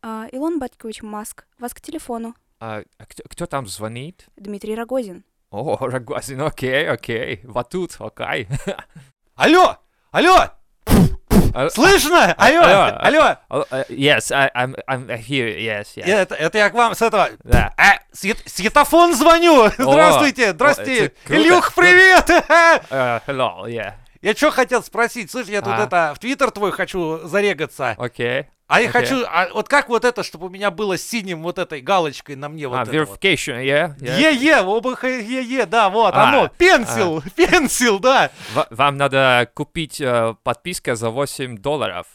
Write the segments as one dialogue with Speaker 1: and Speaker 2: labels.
Speaker 1: А, Илон Батькович Маск. Вас к телефону.
Speaker 2: А, а кто, кто там звонит?
Speaker 1: Дмитрий Рогозин.
Speaker 2: О, Рогозин, окей, окей. Вот тут, окей. Алло! Алло! А-
Speaker 3: Слышно? Алло,
Speaker 2: алло,
Speaker 3: алло.
Speaker 2: а- а, e, Yes, I, I'm, I'm here, yes, yes.
Speaker 3: Это, это я к вам с этого...
Speaker 2: Да.
Speaker 3: А, свет- светофон звоню! Здравствуйте,
Speaker 2: о,
Speaker 3: здрасте!
Speaker 2: это круто.
Speaker 3: Илюх, привет!
Speaker 2: Э, hello, yeah.
Speaker 3: Я что хотел спросить, слышь, я тут
Speaker 2: А.
Speaker 3: это, в твиттер твой хочу зарегаться.
Speaker 2: Окей.
Speaker 3: А я
Speaker 2: Окей.
Speaker 3: хочу, а вот как вот это, чтобы у меня было с синим вот этой галочкой на мне вот
Speaker 2: А,
Speaker 3: это вот?
Speaker 2: Ah, verification, yeah, yeah.
Speaker 3: Е-е, ОБХ, е-е, да, вот,
Speaker 2: А,
Speaker 3: оно, пенсил, пенсил, да.
Speaker 2: Ва- Вам надо купить э, подписка за 8 долларов.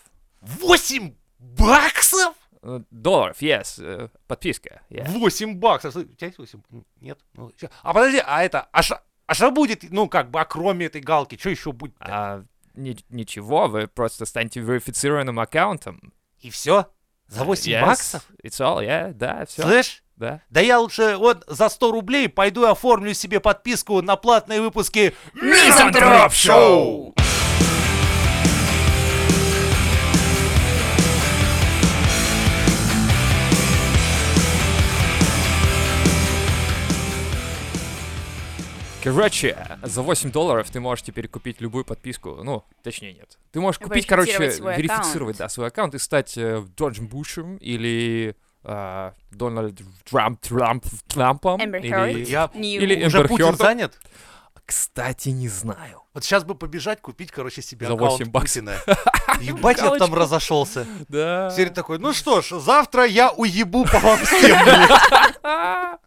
Speaker 3: 8 баксов?
Speaker 2: Э, Долларов, yes, э, подписка. yeah.
Speaker 3: 8 баксов. Слушай, у тебя есть 8? Нет. Ну, всё. а подожди, а это, а ша, а шо будет, ну, как бы, а кроме этой галки, что еще будет?
Speaker 2: А, ни- ничего, вы просто станете верифицированным аккаунтом.
Speaker 3: И все? За 8
Speaker 2: Yes,
Speaker 3: баксов?
Speaker 2: It's all, yeah, да, все,
Speaker 3: Слышь?
Speaker 2: да.
Speaker 3: Да я лучше вот за 100 рублей пойду и оформлю себе подписку на платные выпуски
Speaker 2: Мизантроп Шоу! Короче, за 8 долларов ты можешь теперь купить любую подписку. Ну, точнее, нет. Ты можешь купить,
Speaker 1: Верифицировать
Speaker 2: короче,
Speaker 1: свой
Speaker 2: верифицировать, да, свой аккаунт и стать э, Джорджем Бушем или э, Дональд Трамп, Трамп, Трампом.
Speaker 1: Эмбер
Speaker 2: или...
Speaker 1: Хёрд.
Speaker 3: Я
Speaker 1: Нью.
Speaker 2: Или
Speaker 3: уже
Speaker 2: Эмбер
Speaker 3: Путин
Speaker 2: Хёрд.
Speaker 3: занят.
Speaker 2: Кстати, не знаю.
Speaker 3: Вот сейчас бы побежать, купить, короче, себе
Speaker 2: За
Speaker 3: аккаунт
Speaker 2: 8 баксов.
Speaker 3: Путина. Ебать, я там
Speaker 2: Галочку.
Speaker 3: разошелся.
Speaker 2: Да.
Speaker 3: Серый такой, ну что ж, завтра я уебу по вам всем. блин».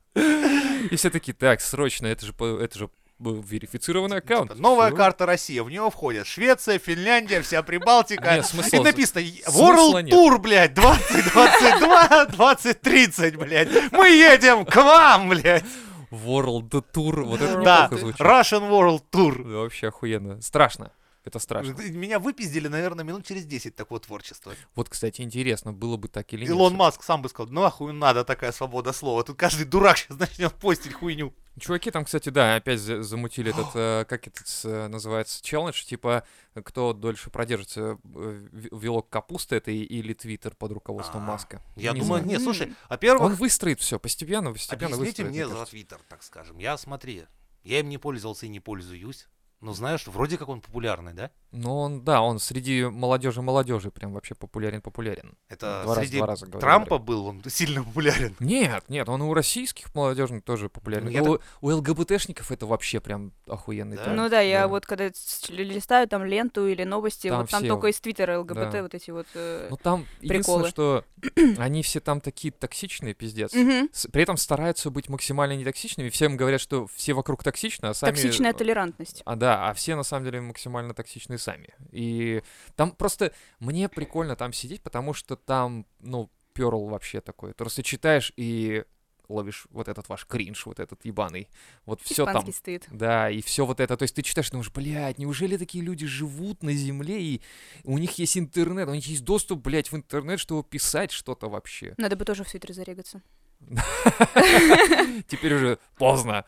Speaker 2: И все такие, так, срочно, это же, по- это же был верифицированный аккаунт.
Speaker 3: Типа, Новая
Speaker 2: Всё.
Speaker 3: карта России, в нее входят Швеция, Финляндия, вся Прибалтика.
Speaker 2: Нет, смысла-
Speaker 3: И написано е-
Speaker 2: смысла
Speaker 3: World
Speaker 2: нет.
Speaker 3: Tour, блядь, 2022, 2030, блядь. Мы едем к вам, блядь.
Speaker 2: World Tour, вот это
Speaker 3: Да,
Speaker 2: неплохо звучит.
Speaker 3: Russian World
Speaker 2: Да,
Speaker 3: Tour.
Speaker 2: Вообще охуенно. Страшно. Это страшно.
Speaker 3: Меня выпиздили, наверное, минут через 10 такого творчества.
Speaker 2: Вот, кстати, интересно, было бы так или нет.
Speaker 3: Илон Маск сам бы сказал, ну нахуй надо такая свобода слова. Тут каждый дурак сейчас начнет постить хуйню.
Speaker 2: Чуваки там, кстати, да, опять за- замутили этот, э, как это называется, челлендж, типа, кто дольше продержится, э, ви- вилок капусты это и- или твиттер под руководством
Speaker 3: А,
Speaker 2: Маска.
Speaker 3: Я
Speaker 2: Не
Speaker 3: думаю,
Speaker 2: знаю.
Speaker 3: нет, слушай,
Speaker 1: М.
Speaker 3: во-первых,
Speaker 2: Он выстроит все, постепенно, постепенно
Speaker 3: Объясните
Speaker 2: выстроит.
Speaker 3: мне за
Speaker 2: кажется.
Speaker 3: Твиттер, так скажем. Я смотри, я им не пользовался и не пользуюсь. Но знаешь, вроде как он популярный, да?
Speaker 2: Ну, он, да, он среди молодежи молодежи прям вообще популярен-популярен.
Speaker 3: Это
Speaker 2: Два раза-
Speaker 3: э, среди
Speaker 2: два раза говорю,
Speaker 3: Трампа был, он сильно популярен.
Speaker 2: Нет, нет, он и у российских молодежных тоже популярен.
Speaker 3: Ну, я
Speaker 2: у, у ЛГБТшников это вообще прям охуенный
Speaker 3: Да?
Speaker 2: тренд.
Speaker 1: Ну да, я
Speaker 2: Да.
Speaker 1: вот когда с- листаю там ленту или новости,
Speaker 2: Там
Speaker 1: вот там
Speaker 2: все
Speaker 1: только
Speaker 2: вот-
Speaker 1: из Твиттера ЛГБТ
Speaker 2: да.
Speaker 1: вот эти вот... э,
Speaker 2: Ну там
Speaker 1: Приколы.
Speaker 2: единственное, что они все там такие токсичные, пиздец.
Speaker 1: мгм.
Speaker 2: С- При этом стараются быть максимально нетоксичными. Всем говорят, что все вокруг токсичны, а сами...
Speaker 1: Токсичная толерантность.
Speaker 2: А да, а все на самом деле максимально токсичные сами. И там просто мне прикольно там сидеть, потому что там, ну, перл вообще такой. Ты просто читаешь и ловишь вот этот ваш кринж, вот этот ебаный. Вот все там.
Speaker 1: Испанский стыд.
Speaker 2: Да, и все вот это. То есть ты читаешь, и думаешь, блядь, неужели такие люди живут на земле, и у них есть интернет, у них есть доступ, блядь, в интернет, чтобы писать что-то вообще.
Speaker 1: Надо бы тоже в Твиттер зарегаться.
Speaker 2: Теперь уже поздно.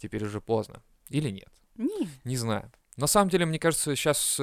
Speaker 2: Теперь уже поздно. Или нет?
Speaker 1: Не.
Speaker 2: Не знаю. На самом деле, мне кажется, сейчас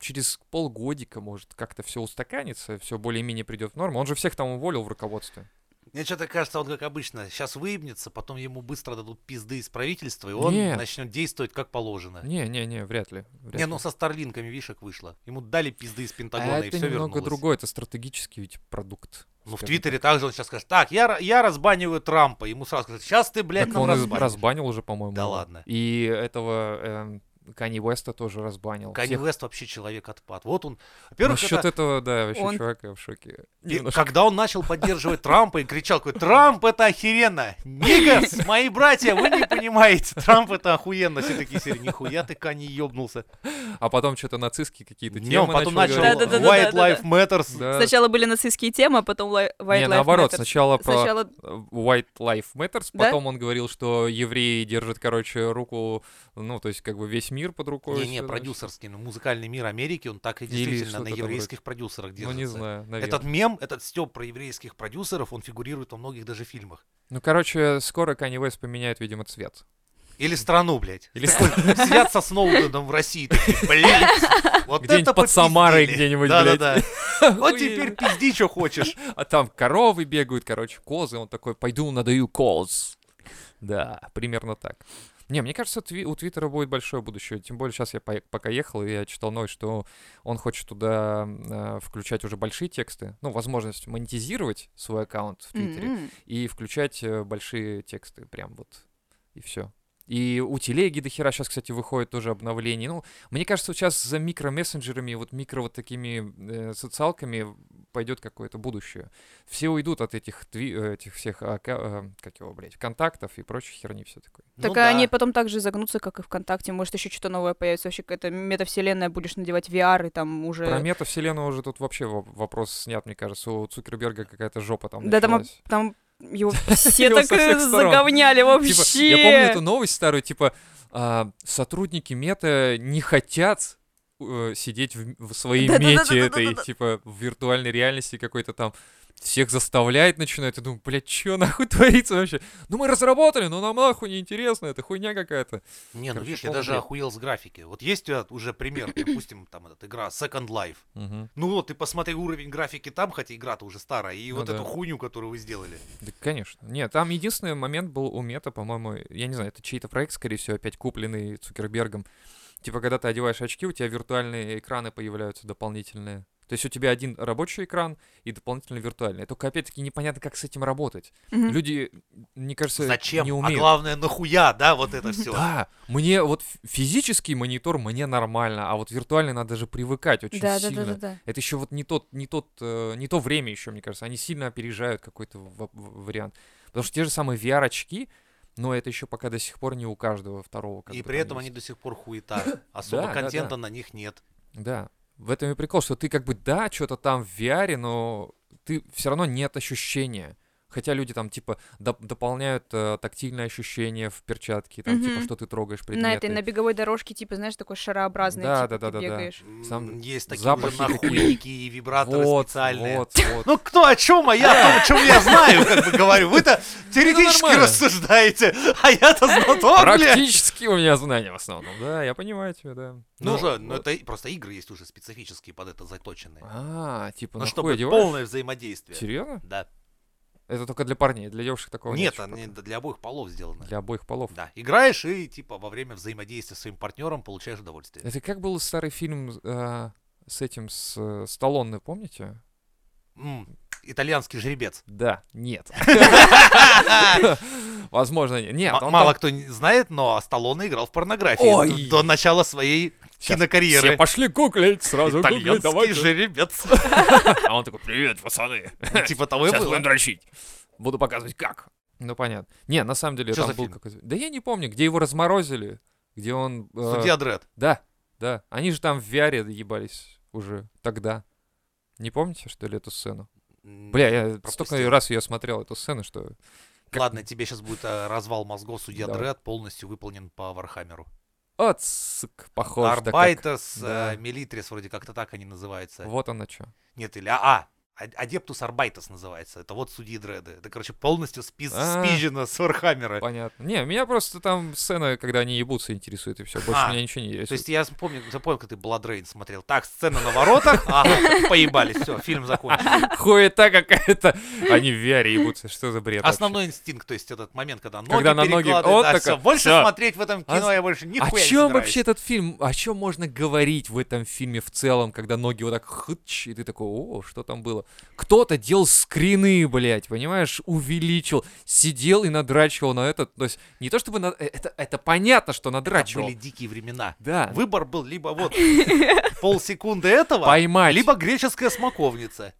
Speaker 2: через полгодика, может, как-то все устаканится, все более-менее придет в норму. Он же всех там уволил в руководстве.
Speaker 3: Мне что-то кажется, он как обычно сейчас выебнется, потом ему быстро дадут пизды из правительства, и он
Speaker 2: Нет.
Speaker 3: начнет действовать как положено.
Speaker 2: Не-не-не, вряд ли. вряд
Speaker 3: Не,
Speaker 2: ли.
Speaker 3: ну со старлинками, видишь, как вышло. Ему дали пизды из
Speaker 2: А
Speaker 3: Пентагона, и
Speaker 2: это
Speaker 3: все
Speaker 2: немного
Speaker 3: вернулось.
Speaker 2: другое, это стратегический ведь продукт.
Speaker 3: Ну, в
Speaker 2: скажем
Speaker 3: Твиттере также он сейчас скажет, так, я, ра- я разбаниваю Трампа. Ему сразу скажут, сейчас ты, блядь,
Speaker 2: Так
Speaker 3: нам
Speaker 2: он и
Speaker 3: разбанишь.
Speaker 2: разбанил уже, по-моему.
Speaker 3: Да
Speaker 2: его.
Speaker 3: ладно.
Speaker 2: И этого эм, Кани Уэста тоже разбанил.
Speaker 3: Канье
Speaker 2: Всех.
Speaker 3: Уэст вообще человек отпад. Вот он. Во-первых,
Speaker 2: Насчет
Speaker 3: это-
Speaker 2: этого, да, вообще
Speaker 1: Он-
Speaker 2: чувак, я в шоке.
Speaker 3: И
Speaker 2: Немножко.
Speaker 3: Когда он начал поддерживать Трампа и кричал, такой, Трамп это охеренно, Нигас, мои братья, вы не понимаете, Трамп это охуенно, все такие серии, нихуя ты, Кани, ёбнулся.
Speaker 2: А потом что-то нацистские какие-то
Speaker 3: Не, он
Speaker 2: темы
Speaker 3: потом начал
Speaker 2: говорить.
Speaker 1: Да-да-да-да-да.
Speaker 3: White Life Matters,
Speaker 2: Да.
Speaker 1: Сначала были нацистские темы, а потом лай- White
Speaker 2: Э. Не,
Speaker 1: Lives
Speaker 2: наоборот,
Speaker 1: Matter.
Speaker 2: сначала про
Speaker 1: Сначала
Speaker 2: э, White Life Matters,
Speaker 1: Да?
Speaker 2: потом он говорил, что евреи держат, короче, руку, ну, то есть, как бы весь мир под рукой.
Speaker 3: не-не,
Speaker 2: всё, значит.
Speaker 3: продюсерский, ну, музыкальный мир Америки, он так и
Speaker 2: Или
Speaker 3: действительно
Speaker 2: что-то
Speaker 3: на
Speaker 2: там вроде.
Speaker 3: еврейских продюсерах
Speaker 2: Ну,
Speaker 3: держится.
Speaker 2: не знаю, наверное.
Speaker 3: Этот мем, этот стёб про еврейских продюсеров, он фигурирует во многих даже фильмах.
Speaker 2: Ну, короче, скоро Kanye West поменяет, видимо, цвет.
Speaker 3: Или страну, блядь.
Speaker 2: Или
Speaker 3: Такой, Сидят со Сноуденом в России, такие, блядь, вот
Speaker 2: Где-нибудь
Speaker 3: это
Speaker 2: под Самарой
Speaker 3: попиздили».
Speaker 2: где-нибудь,
Speaker 3: Да-да-да. Вот
Speaker 2: Охуенно.
Speaker 3: теперь пизди, что хочешь.
Speaker 2: А там коровы бегают, короче, козы. Он такой, пойду надаю коз. Да, примерно так. Не, мне кажется, тви- у Твиттера будет большое будущее. Тем более сейчас я пое- пока ехал, и я читал новость, что он хочет туда э, включать уже большие тексты. Ну, возможность монетизировать свой аккаунт в Твиттере
Speaker 1: М-м.
Speaker 2: и включать э, большие тексты прям вот. И все. И у телеги до хера сейчас, кстати, выходит тоже обновление. Ну, мне кажется, сейчас за микромессенджерами, вот микро вот такими э, социалками пойдет какое-то будущее. Все уйдут от этих, тви- э, этих всех, ака- э, как его, блядь, контактов и прочей херни все такое.
Speaker 3: Ну
Speaker 1: Так а они потом так же загнутся, как и ВКонтакте. Может, еще что-то новое появится. Вообще какая-то метавселенная, будешь надевать VR и там уже...
Speaker 2: Про метавселенную уже тут вообще во- вопрос снят, мне кажется. У Цукерберга какая-то жопа там
Speaker 1: Да, там об-
Speaker 2: началась.
Speaker 1: Там его все
Speaker 2: Его
Speaker 1: так
Speaker 2: со всех
Speaker 1: э,
Speaker 2: сторон.
Speaker 1: заговняли
Speaker 2: Типа,
Speaker 1: вообще.
Speaker 2: я помню эту новость старую, типа, а, сотрудники мета не хотят э, сидеть в, м- в своей
Speaker 1: Да-да-да-да-да-да-да.
Speaker 2: мете этой, типа, в виртуальной реальности какой-то там. Всех заставляет начинает. Я думаю, блядь, что нахуй творится вообще? Ну мы разработали, но нам нахуй неинтересно, это хуйня какая-то.
Speaker 3: Не, ну
Speaker 2: Короче,
Speaker 3: видишь, я
Speaker 2: полный
Speaker 3: даже
Speaker 2: бред.
Speaker 3: охуел с графики. Вот есть у тебя уже пример, допустим, там эта игра Second Life.
Speaker 2: Мгм.
Speaker 3: Ну вот, ты посмотри уровень графики там, хотя игра-то уже старая, и
Speaker 2: Ну
Speaker 3: вот
Speaker 2: да.
Speaker 3: эту хуйню, которую вы сделали.
Speaker 2: Да, конечно. Нет, там единственный момент был у мета, по-моему, я не знаю, это чей-то проект, скорее всего, опять купленный Цукербергом. Типа, когда ты одеваешь очки, у тебя виртуальные экраны появляются дополнительные. То есть у тебя один рабочий экран и дополнительно виртуальный. Только, опять-таки, непонятно, как с этим работать.
Speaker 1: Мгм.
Speaker 2: Люди, мне кажется,
Speaker 3: Зачем?
Speaker 2: не
Speaker 3: а
Speaker 2: умеют.
Speaker 3: главное, нахуя, да, вот это все.
Speaker 2: Да, мне вот ф- физический монитор мне нормально, а вот виртуальный надо же привыкать очень
Speaker 1: Да, да,
Speaker 2: сильно.
Speaker 1: да, да, да.
Speaker 2: Это еще вот не тот, не тот, э, не то время еще, мне кажется. Они сильно опережают какой-то ва- в- вариант. Потому что те же самые VR-очки, но это еще пока до сих пор не у каждого второго. как
Speaker 3: И
Speaker 2: бы
Speaker 3: при
Speaker 2: там
Speaker 3: этом они
Speaker 2: есть.
Speaker 3: до сих пор хуета. Особо
Speaker 2: да, да.
Speaker 3: контента на них нет.
Speaker 2: Да, в этом и прикол, что ты как бы, да, что-то там в VR, но ты все равно нет ощущения. Хотя люди там типа доп- дополняют э, тактильное ощущение в перчатке, там типа
Speaker 1: Мгм.
Speaker 2: что ты трогаешь предметы.
Speaker 1: На этой, на беговой дорожке, типа, знаешь, такой шарообразный,
Speaker 2: Да,
Speaker 1: типа,
Speaker 2: да, да,
Speaker 1: ты
Speaker 2: да, да.
Speaker 1: бегаешь.
Speaker 2: Сам
Speaker 3: М, Есть такие уже
Speaker 2: запахи какие.
Speaker 3: нахуйники и вибраторы
Speaker 2: вот,
Speaker 3: специальные.
Speaker 2: вот, вот.
Speaker 3: Ну кто о чем, а я о том, о чем я знаю, как бы говорю. Вы-то теоретически
Speaker 2: нормально.
Speaker 3: рассуждаете, а я-то знаток, блядь.
Speaker 2: Практически у меня знания в основном, да, я понимаю тебя, да.
Speaker 3: Ну, что, ну
Speaker 2: вот.
Speaker 3: это и- просто игры есть уже специфические под это заточенные.
Speaker 2: А, типа,
Speaker 3: ну
Speaker 2: на
Speaker 3: чтобы
Speaker 2: что одеваешь?
Speaker 3: полное взаимодействие.
Speaker 2: Серьезно?
Speaker 3: Да.
Speaker 2: Это только для парней, для девушек такого
Speaker 3: Нет,
Speaker 2: ничего
Speaker 3: они
Speaker 2: пока.
Speaker 3: д- для обоих полов сделаны.
Speaker 2: Для обоих полов.
Speaker 3: Да. Играешь и типа во время взаимодействия с своим партнером получаешь удовольствие.
Speaker 2: Это как был старый фильм э, с этим, с э, Сталлоне, помните?
Speaker 3: М, Итальянский жеребец.
Speaker 2: Да, нет. Возможно, нет. Нет,
Speaker 3: М-
Speaker 2: он
Speaker 3: Мало
Speaker 2: там-
Speaker 3: кто не знает, но Сталлоне играл в порнографии
Speaker 2: Ой.
Speaker 3: д- до начала своей
Speaker 2: Щас Все
Speaker 3: кинокарьеры.
Speaker 2: пошли гуглить, сразу гуглить,
Speaker 3: Итальянский
Speaker 2: давай.
Speaker 3: жеребец.
Speaker 2: А он такой, привет, пацаны,
Speaker 3: Типа того и
Speaker 2: сейчас
Speaker 3: было.
Speaker 2: будем дрочить. Буду показывать, как. Ну, понятно. Не, на самом деле,
Speaker 3: Чё
Speaker 2: там
Speaker 3: за
Speaker 2: был
Speaker 3: фильм?
Speaker 2: какой-то... Да я не помню, где его разморозили, где он... э,
Speaker 3: Судья Дред.
Speaker 2: Да, да. Они же там в VR ебались уже тогда. Не помните, что ли, эту сцену? Бля, я столько
Speaker 3: пропустил.
Speaker 2: раз ее смотрел, эту сцену, что... как-
Speaker 3: Ладно, тебе сейчас будет э, развал мозгов. Судья
Speaker 2: Давай.
Speaker 3: Дред полностью выполнен по Вархаммеру.
Speaker 2: От, сука, похож. да как-
Speaker 3: Арбайтерс,
Speaker 2: да.
Speaker 3: э, Милитрис, вроде как-то так они называются.
Speaker 2: Вот она что.
Speaker 3: Нет, или а, а, а- Адептус Арбайтес называется. Это вот судьи Дреда. Это, короче, полностью спиз...
Speaker 2: А.
Speaker 3: спизжено с Вархаммера.
Speaker 2: Понятно. Не, меня просто там сцена, когда они ебутся, интересует, и все. Больше
Speaker 3: А,
Speaker 2: меня ничего не
Speaker 3: То
Speaker 2: интересует.
Speaker 3: есть я помню, запомнил, как ты Бладрейн смотрел. Так, сцена на воротах, ага, поебались, все, фильм закончен.
Speaker 2: Хуета какая-то. Они в VR ебутся. Что за бред вообще?
Speaker 3: Основной инстинкт, то есть этот момент, когда ноги
Speaker 2: Когда на ноги-
Speaker 3: перекладывают,
Speaker 2: вот
Speaker 3: да,
Speaker 2: так
Speaker 3: всё,
Speaker 2: вот,
Speaker 3: больше
Speaker 2: всё.
Speaker 3: смотреть в этом кино
Speaker 2: А
Speaker 3: я больше нихуя
Speaker 2: О
Speaker 3: не
Speaker 2: чем
Speaker 3: собираюсь.
Speaker 2: вообще этот фильм? О чем можно говорить в этом фильме в целом, когда ноги вот так хыч, и ты такой, о, что там было? Кто-то делал скрины, блядь, понимаешь, увеличил, сидел и надрачивал на этот. То есть не то чтобы на... э, это, это понятно, что
Speaker 3: Это
Speaker 2: надрачивал.
Speaker 3: были дикие времена.
Speaker 2: Да. ну,
Speaker 3: Выбор был либо вот полсекунды этого,
Speaker 2: Поймать.
Speaker 3: либо греческая смоковница.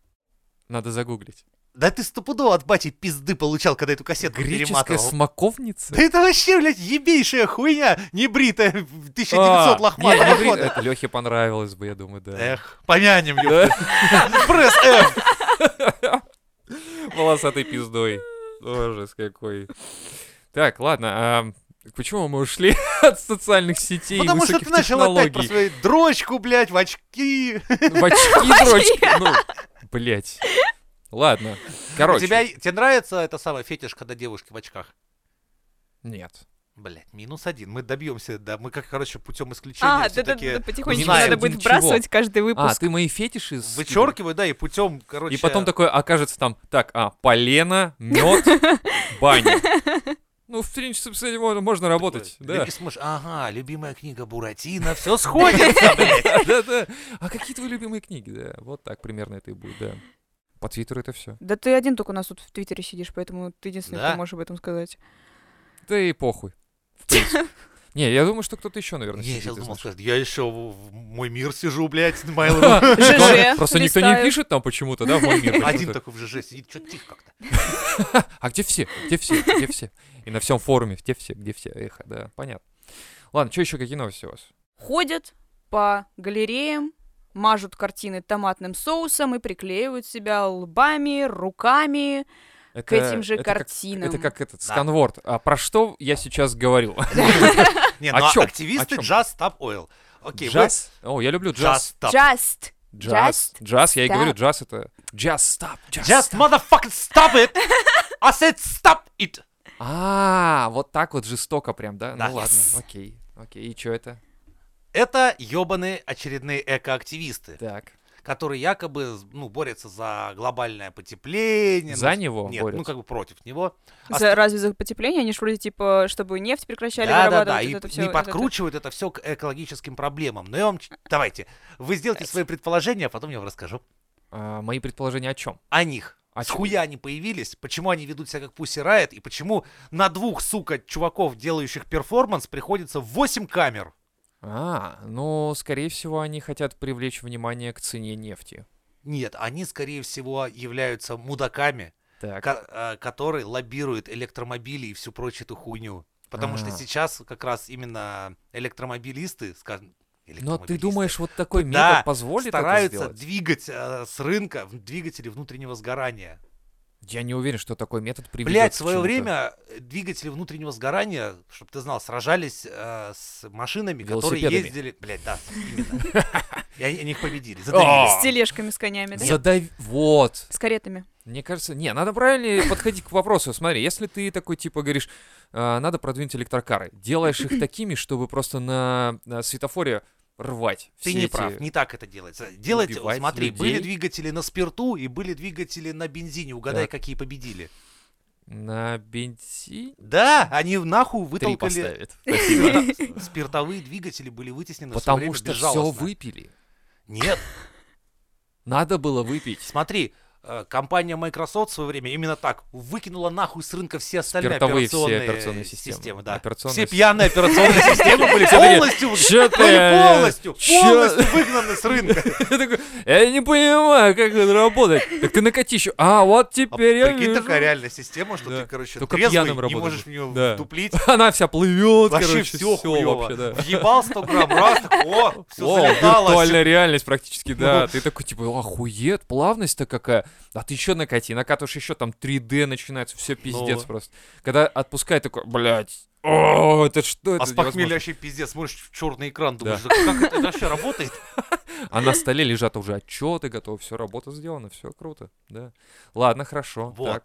Speaker 2: Надо загуглить.
Speaker 3: Да ты стопудово от бати пизды получал, когда эту кассетку
Speaker 2: Греческая
Speaker 3: ну, перематывал.
Speaker 2: смоковница?
Speaker 3: Да это вообще, блядь, ебейшая хуйня, небритая, в 1900
Speaker 2: А, не,
Speaker 3: лохматого
Speaker 2: не ври-
Speaker 3: года.
Speaker 2: Это Лехе понравилось бы, я думаю, да.
Speaker 3: Эх, помянем,
Speaker 2: Да.
Speaker 3: ёпта. Пресс, эх.
Speaker 2: Волосатой пиздой. Ужас какой. Так, ладно, а почему мы ушли от социальных сетей и
Speaker 3: Потому что ты
Speaker 2: высоких
Speaker 3: начал опять про
Speaker 2: технологий?
Speaker 3: свою дрочку, блядь, в очки.
Speaker 2: В очки дрочки. Ну, блять. Ладно.
Speaker 3: У тебя,
Speaker 2: Короче.
Speaker 3: тебе нравится это самое фетиш, когда девушки в очках?
Speaker 2: Нет.
Speaker 3: Блять, минус один. Мы добьемся, да. Мы как, короче, путем исключения
Speaker 1: А, да, да,
Speaker 3: все-таки
Speaker 1: да, потихонечку
Speaker 3: знаем,
Speaker 1: надо будет
Speaker 2: блин, чего.
Speaker 1: вбрасывать каждый
Speaker 2: А,
Speaker 1: выпуск.
Speaker 2: ты мои фетиши скидывал?
Speaker 3: вычеркиваю, да, и путем, короче.
Speaker 2: И потом такое окажется там, так, а, полено, мед, баня. Ну, в принципе, с этим можно- можно работать, да.
Speaker 3: Люби- смотришь, Ага, любимая книга Буратино, все сходится, блядь.
Speaker 2: Да, да. А какие твои любимые книги? Да, вот так примерно это и будет, да. По Твиттеру это все.
Speaker 1: Да ты один только у нас тут в Твиттере сидишь, поэтому ты единственный,
Speaker 3: Да?
Speaker 1: кто можешь об этом сказать.
Speaker 2: Да и похуй. в принципе. Не, я думаю, что кто-то еще, наверное,
Speaker 3: Я
Speaker 2: сидит
Speaker 3: сейчас
Speaker 2: из
Speaker 3: думал,
Speaker 2: наших.
Speaker 3: скажет, я еще в в мой мир сижу, блядь, на Mail.ru».
Speaker 1: ЖЖ.
Speaker 2: Просто никто не
Speaker 1: листаю.
Speaker 2: пишет там почему-то, да, в мой мир
Speaker 3: Один
Speaker 2: почему-то.
Speaker 3: такой в ЖЖ сидит, что тихо как-то.
Speaker 2: А где все? Где все? Где все? И на всем форуме, где все, где все? Эхо, да, понятно. Ладно, что еще, какие новости у вас?
Speaker 1: Ходят по галереям, мажут картины томатным соусом и приклеивают себя лбами, руками к этим же
Speaker 2: это как-
Speaker 1: картинам.
Speaker 2: Это как этот
Speaker 3: Да.
Speaker 2: сканворд. А про что я сейчас говорил?
Speaker 3: Не,
Speaker 2: О
Speaker 3: ну а
Speaker 2: чём?
Speaker 3: активисты
Speaker 2: О чём?
Speaker 3: Just Stop Oil. Окей, вы-
Speaker 2: Джаз? О, я люблю
Speaker 3: Just
Speaker 2: джаз.
Speaker 3: Stop.
Speaker 1: Just.
Speaker 2: Джаз. Джаз, я и
Speaker 1: stop.
Speaker 2: говорю, джаз это... Джаз, stop, джаз.
Speaker 3: Just motherfucking stop it! I said stop it!
Speaker 2: А, вот так вот жестоко прям, да?
Speaker 3: Да.
Speaker 2: Ну ладно,
Speaker 1: Yes.
Speaker 2: окей. Окей, и что это?
Speaker 3: Это ёбаные очередные экоактивисты,
Speaker 2: Так.
Speaker 3: которые якобы ну, борются за глобальное потепление.
Speaker 2: За
Speaker 3: ну,
Speaker 2: него
Speaker 3: Нет, ну
Speaker 2: борются?
Speaker 3: как бы против него. А
Speaker 1: За- разве за потепление? Они ж вроде типа, чтобы нефть прекращали
Speaker 3: да, да,
Speaker 1: вырабатывать.
Speaker 3: да,
Speaker 1: вот
Speaker 3: и
Speaker 1: это
Speaker 3: п-
Speaker 1: всё,
Speaker 3: не
Speaker 1: вот это.
Speaker 3: подкручивают это все к экологическим проблемам. Но я вам... ч- Давайте, вы сделайте
Speaker 2: Э,
Speaker 3: свои предположения, а потом я вам расскажу.
Speaker 2: А, мои предположения о чем?
Speaker 3: О них.
Speaker 2: О
Speaker 3: С
Speaker 2: чём?
Speaker 3: хуя они появились, почему они ведут себя как пуси райт, и почему на двух, сука, чуваков, делающих перформанс, приходится 8 камер.
Speaker 2: А, ну, скорее всего, они хотят привлечь внимание к цене нефти.
Speaker 3: Нет, они, скорее всего, являются мудаками,
Speaker 2: Так.
Speaker 3: ко- э, которые лоббируют электромобили и всю прочую эту хуйню. Потому что
Speaker 2: А.
Speaker 3: сейчас как раз именно электромобилисты, скажем,
Speaker 2: Но ты
Speaker 3: электромобилисты
Speaker 2: думаешь, вот такой метод
Speaker 3: Да,
Speaker 2: позволит это
Speaker 3: стараются
Speaker 2: сделать?
Speaker 3: двигать э, с рынка в- двигатели внутреннего сгорания.
Speaker 2: Я не уверен, что такой метод приведет
Speaker 3: Блять,
Speaker 2: к
Speaker 3: в свое
Speaker 2: чему-то.
Speaker 3: время э, двигатели внутреннего сгорания, чтобы ты знал, сражались э, с машинами, которые
Speaker 2: Велосипедами.
Speaker 3: ездили. Блять, да, именно. И они они их победили.
Speaker 2: А.
Speaker 1: С тележками, с конями, да?
Speaker 2: Задави... Вот.
Speaker 1: С каретами.
Speaker 2: Мне кажется, не, надо правильнее подходить к вопросу. Смотри, если ты такой типа говоришь, «А, надо продвинуть электрокары, делаешь их такими, чтобы просто на, на светофоре рвать.
Speaker 3: Ты
Speaker 2: все
Speaker 3: не
Speaker 2: эти-
Speaker 3: прав, не так это делается. Делайте, вот
Speaker 2: убивать
Speaker 3: смотри, были
Speaker 2: людей.
Speaker 3: двигатели на спирту и были двигатели на бензине. Угадай,
Speaker 2: Так.
Speaker 3: какие победили.
Speaker 2: На бензин
Speaker 3: Да, они в нахуй
Speaker 2: три
Speaker 3: вытолкали.
Speaker 2: поставят.
Speaker 3: Да, Спиртовые двигатели были вытеснены. в своё
Speaker 2: Потому
Speaker 3: время
Speaker 2: что все
Speaker 3: безжалостно.
Speaker 2: выпили.
Speaker 3: Нет,
Speaker 2: Надо было выпить.
Speaker 3: Смотри, э, компания Microsoft в свое время именно так выкинула нахуй с рынка все остальные
Speaker 2: Спиртовые все
Speaker 3: операционные,
Speaker 2: операционные
Speaker 3: системы.
Speaker 2: системы.
Speaker 3: да.
Speaker 2: Операционные
Speaker 3: все
Speaker 2: си-
Speaker 3: пьяные операционные системы были
Speaker 2: Все такие,
Speaker 3: полностью,
Speaker 2: «Чё ты, э,
Speaker 3: были полностью,
Speaker 2: чё?»
Speaker 3: полностью выгнаны с рынка.
Speaker 2: Я такой, я не понимаю, как это работает. Так ты накати еще. А, вот
Speaker 3: А
Speaker 2: теперь я
Speaker 3: Прикинь,
Speaker 2: вижу.
Speaker 3: такая реальная система, что
Speaker 2: Да.
Speaker 3: ты, короче,
Speaker 2: Только
Speaker 3: трезвый,
Speaker 2: пьяным
Speaker 3: не
Speaker 2: работать
Speaker 3: можешь в
Speaker 2: будет.
Speaker 3: нее
Speaker 2: Да.
Speaker 3: втуплить.
Speaker 2: Она вся плывет,
Speaker 3: Вообще
Speaker 2: короче,
Speaker 3: все
Speaker 2: все
Speaker 3: хуево.
Speaker 2: вообще, да.
Speaker 3: Въебал 100 грамм, раз, так, о, все
Speaker 2: О,
Speaker 3: залетало.
Speaker 2: виртуальная реальность практически, да.
Speaker 3: Ну.
Speaker 2: Ты такой, типа, охуеть, плавность-то какая. А ты еще накати, накатываешь еще там 3D начинается, все пиздец
Speaker 3: Ну.
Speaker 2: просто. Когда отпускай, такой, блядь, о, это что это?
Speaker 3: А с похмелья
Speaker 2: невозможно».
Speaker 3: вообще пиздец, смотришь в черный экран,
Speaker 2: Да.
Speaker 3: думаешь, как это вообще работает?
Speaker 2: А на столе лежат уже отчеты, готовы, все, работа сделана, все круто, да. Ладно, хорошо.
Speaker 3: Вот.
Speaker 2: так.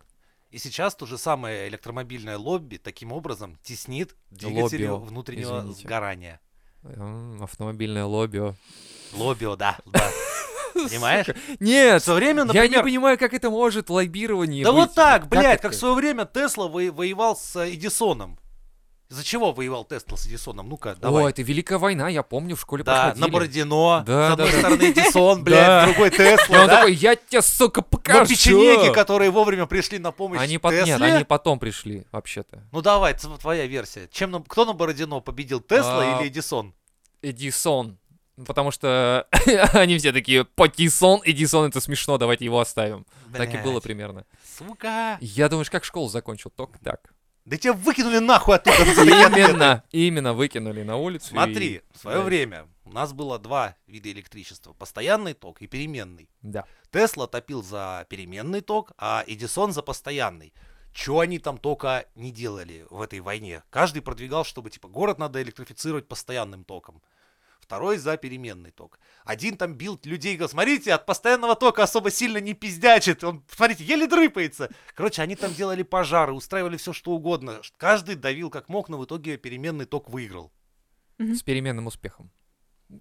Speaker 3: И сейчас то же самое электромобильное лобби таким образом теснит двигатели
Speaker 2: Лоббио,
Speaker 3: внутреннего
Speaker 2: извините.
Speaker 3: сгорания.
Speaker 2: М, Автомобильное лобби.
Speaker 3: Лоббио, да, да. Понимаешь? В
Speaker 2: Нет,
Speaker 3: свое время,
Speaker 2: я не
Speaker 3: например...
Speaker 2: понимаю, как это может лоббирование
Speaker 3: Да вот
Speaker 2: быть.
Speaker 3: так, блядь, как в
Speaker 2: это?
Speaker 3: свое время Тесла во- воевал с э, Эдисоном. Из-за чего воевал Тесла с Эдисоном? Ну-ка,
Speaker 2: О,
Speaker 3: давай.
Speaker 2: это Великая война, я помню, в школе
Speaker 3: Да, на
Speaker 2: проходили. Да,
Speaker 3: Бородино, с
Speaker 2: да,
Speaker 3: одной
Speaker 2: да.
Speaker 3: стороны Эдисон, блядь,
Speaker 2: Да.
Speaker 3: с другой
Speaker 2: И
Speaker 3: Тесла,
Speaker 2: он
Speaker 3: да?
Speaker 2: такой, я тебе, сука,
Speaker 3: Но
Speaker 2: покажу.
Speaker 3: печенеги, которые вовремя пришли на помощь
Speaker 2: Они по- Нет, они
Speaker 3: Тесле...
Speaker 2: потом пришли, вообще-то.
Speaker 3: Ну давай, ц- твоя версия. Чем на- Кто на Бородино победил, Тесла
Speaker 2: А,
Speaker 3: или Эдисон?
Speaker 2: Эдисон. Ну, Потому что они все такие, Патисон, Эдисон, это смешно, давайте его оставим. Так и было
Speaker 3: Блядь,
Speaker 2: примерно.
Speaker 3: Сука.
Speaker 2: Я думаешь, как школу закончил? Только так.
Speaker 3: Да тебя выкинули нахуй оттуда. за такие ответы.
Speaker 2: Именно, именно выкинули на улицу. и-
Speaker 3: Смотри, в свое
Speaker 2: Да.
Speaker 3: время у нас было два вида электричества. Постоянный ток и переменный.
Speaker 2: Да.
Speaker 3: Тесла топил за переменный ток, а Эдисон за постоянный. Чего они там только не делали в этой войне. Каждый продвигал, чтобы типа город надо электрифицировать постоянным током. В второй за переменный ток. Один там бил людей, говорил, смотрите, от постоянного тока особо сильно не пиздячит, он, смотрите, еле дрыпается. Короче, они там делали пожары, устраивали все что угодно. Каждый давил как мог, но в итоге переменный ток выиграл.
Speaker 2: С переменным успехом.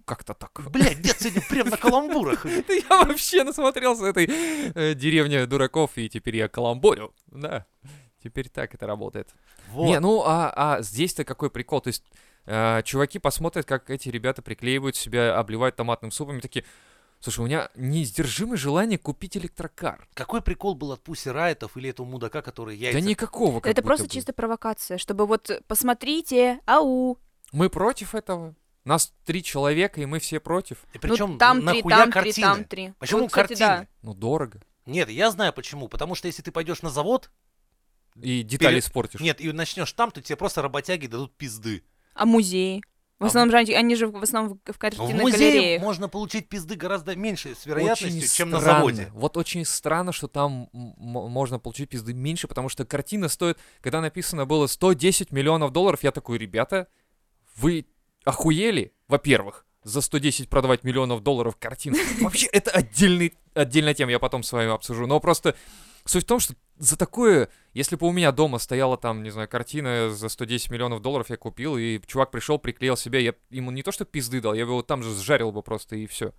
Speaker 2: Как-то так.
Speaker 3: Блядь, дед сегодня прям на каламбурах.
Speaker 2: Я вообще насмотрелся этой э, деревни дураков, и теперь я каламбурю. Да, теперь так это работает. Не,
Speaker 3: Вот.
Speaker 2: ну а, а здесь-то какой прикол? То есть э, чуваки посмотрят, как эти ребята приклеивают себя, обливают томатным супом, и такие, слушай, у меня неиздержимое желание купить электрокар.
Speaker 3: Какой прикол был от Пусси Райтов или этого мудака, который яйца...
Speaker 2: Да никакого как
Speaker 1: Это
Speaker 2: будто
Speaker 1: просто
Speaker 2: бы.
Speaker 1: чисто провокация, чтобы вот э, посмотрите, ау. ну,
Speaker 2: Мы против этого. Нас три человека, и мы все против.
Speaker 3: И
Speaker 1: Ну,
Speaker 3: причем
Speaker 1: там три,
Speaker 3: нахуя
Speaker 1: там три,
Speaker 3: картины?
Speaker 1: там три.
Speaker 3: Почему
Speaker 1: Вот, кстати,
Speaker 3: картины?
Speaker 1: да.
Speaker 2: Ну, дорого.
Speaker 3: Нет, я знаю почему. Потому что если ты пойдешь на завод,
Speaker 2: И детали
Speaker 3: Пере-
Speaker 2: испортишь.
Speaker 3: нет, и начнешь там, то тебе просто работяги дадут пизды.
Speaker 1: А музеи? В
Speaker 3: А
Speaker 1: основном же они, они же в основном в в
Speaker 3: В
Speaker 1: картинных
Speaker 3: музее
Speaker 1: галереях.
Speaker 3: можно получить пизды гораздо меньше с
Speaker 2: Очень
Speaker 3: вероятностью, чем на
Speaker 2: странно.
Speaker 3: заводе.
Speaker 2: Вот очень странно, что там м- м- можно получить пизды меньше, потому что картина стоит, когда написано было 110 миллионов долларов, я такой, ребята, вы охуели, во-первых, за 110 продавать миллионов долларов картин. Вообще, это отдельный, отдельная тема, я потом с вами обсужу. Но просто суть в том, что за такое, если бы у меня дома стояла там, не знаю, картина за 110 миллионов долларов, я купил, и чувак пришел, приклеил себе, я ему не то что пизды дал, я его там же сжарил бы просто, и все.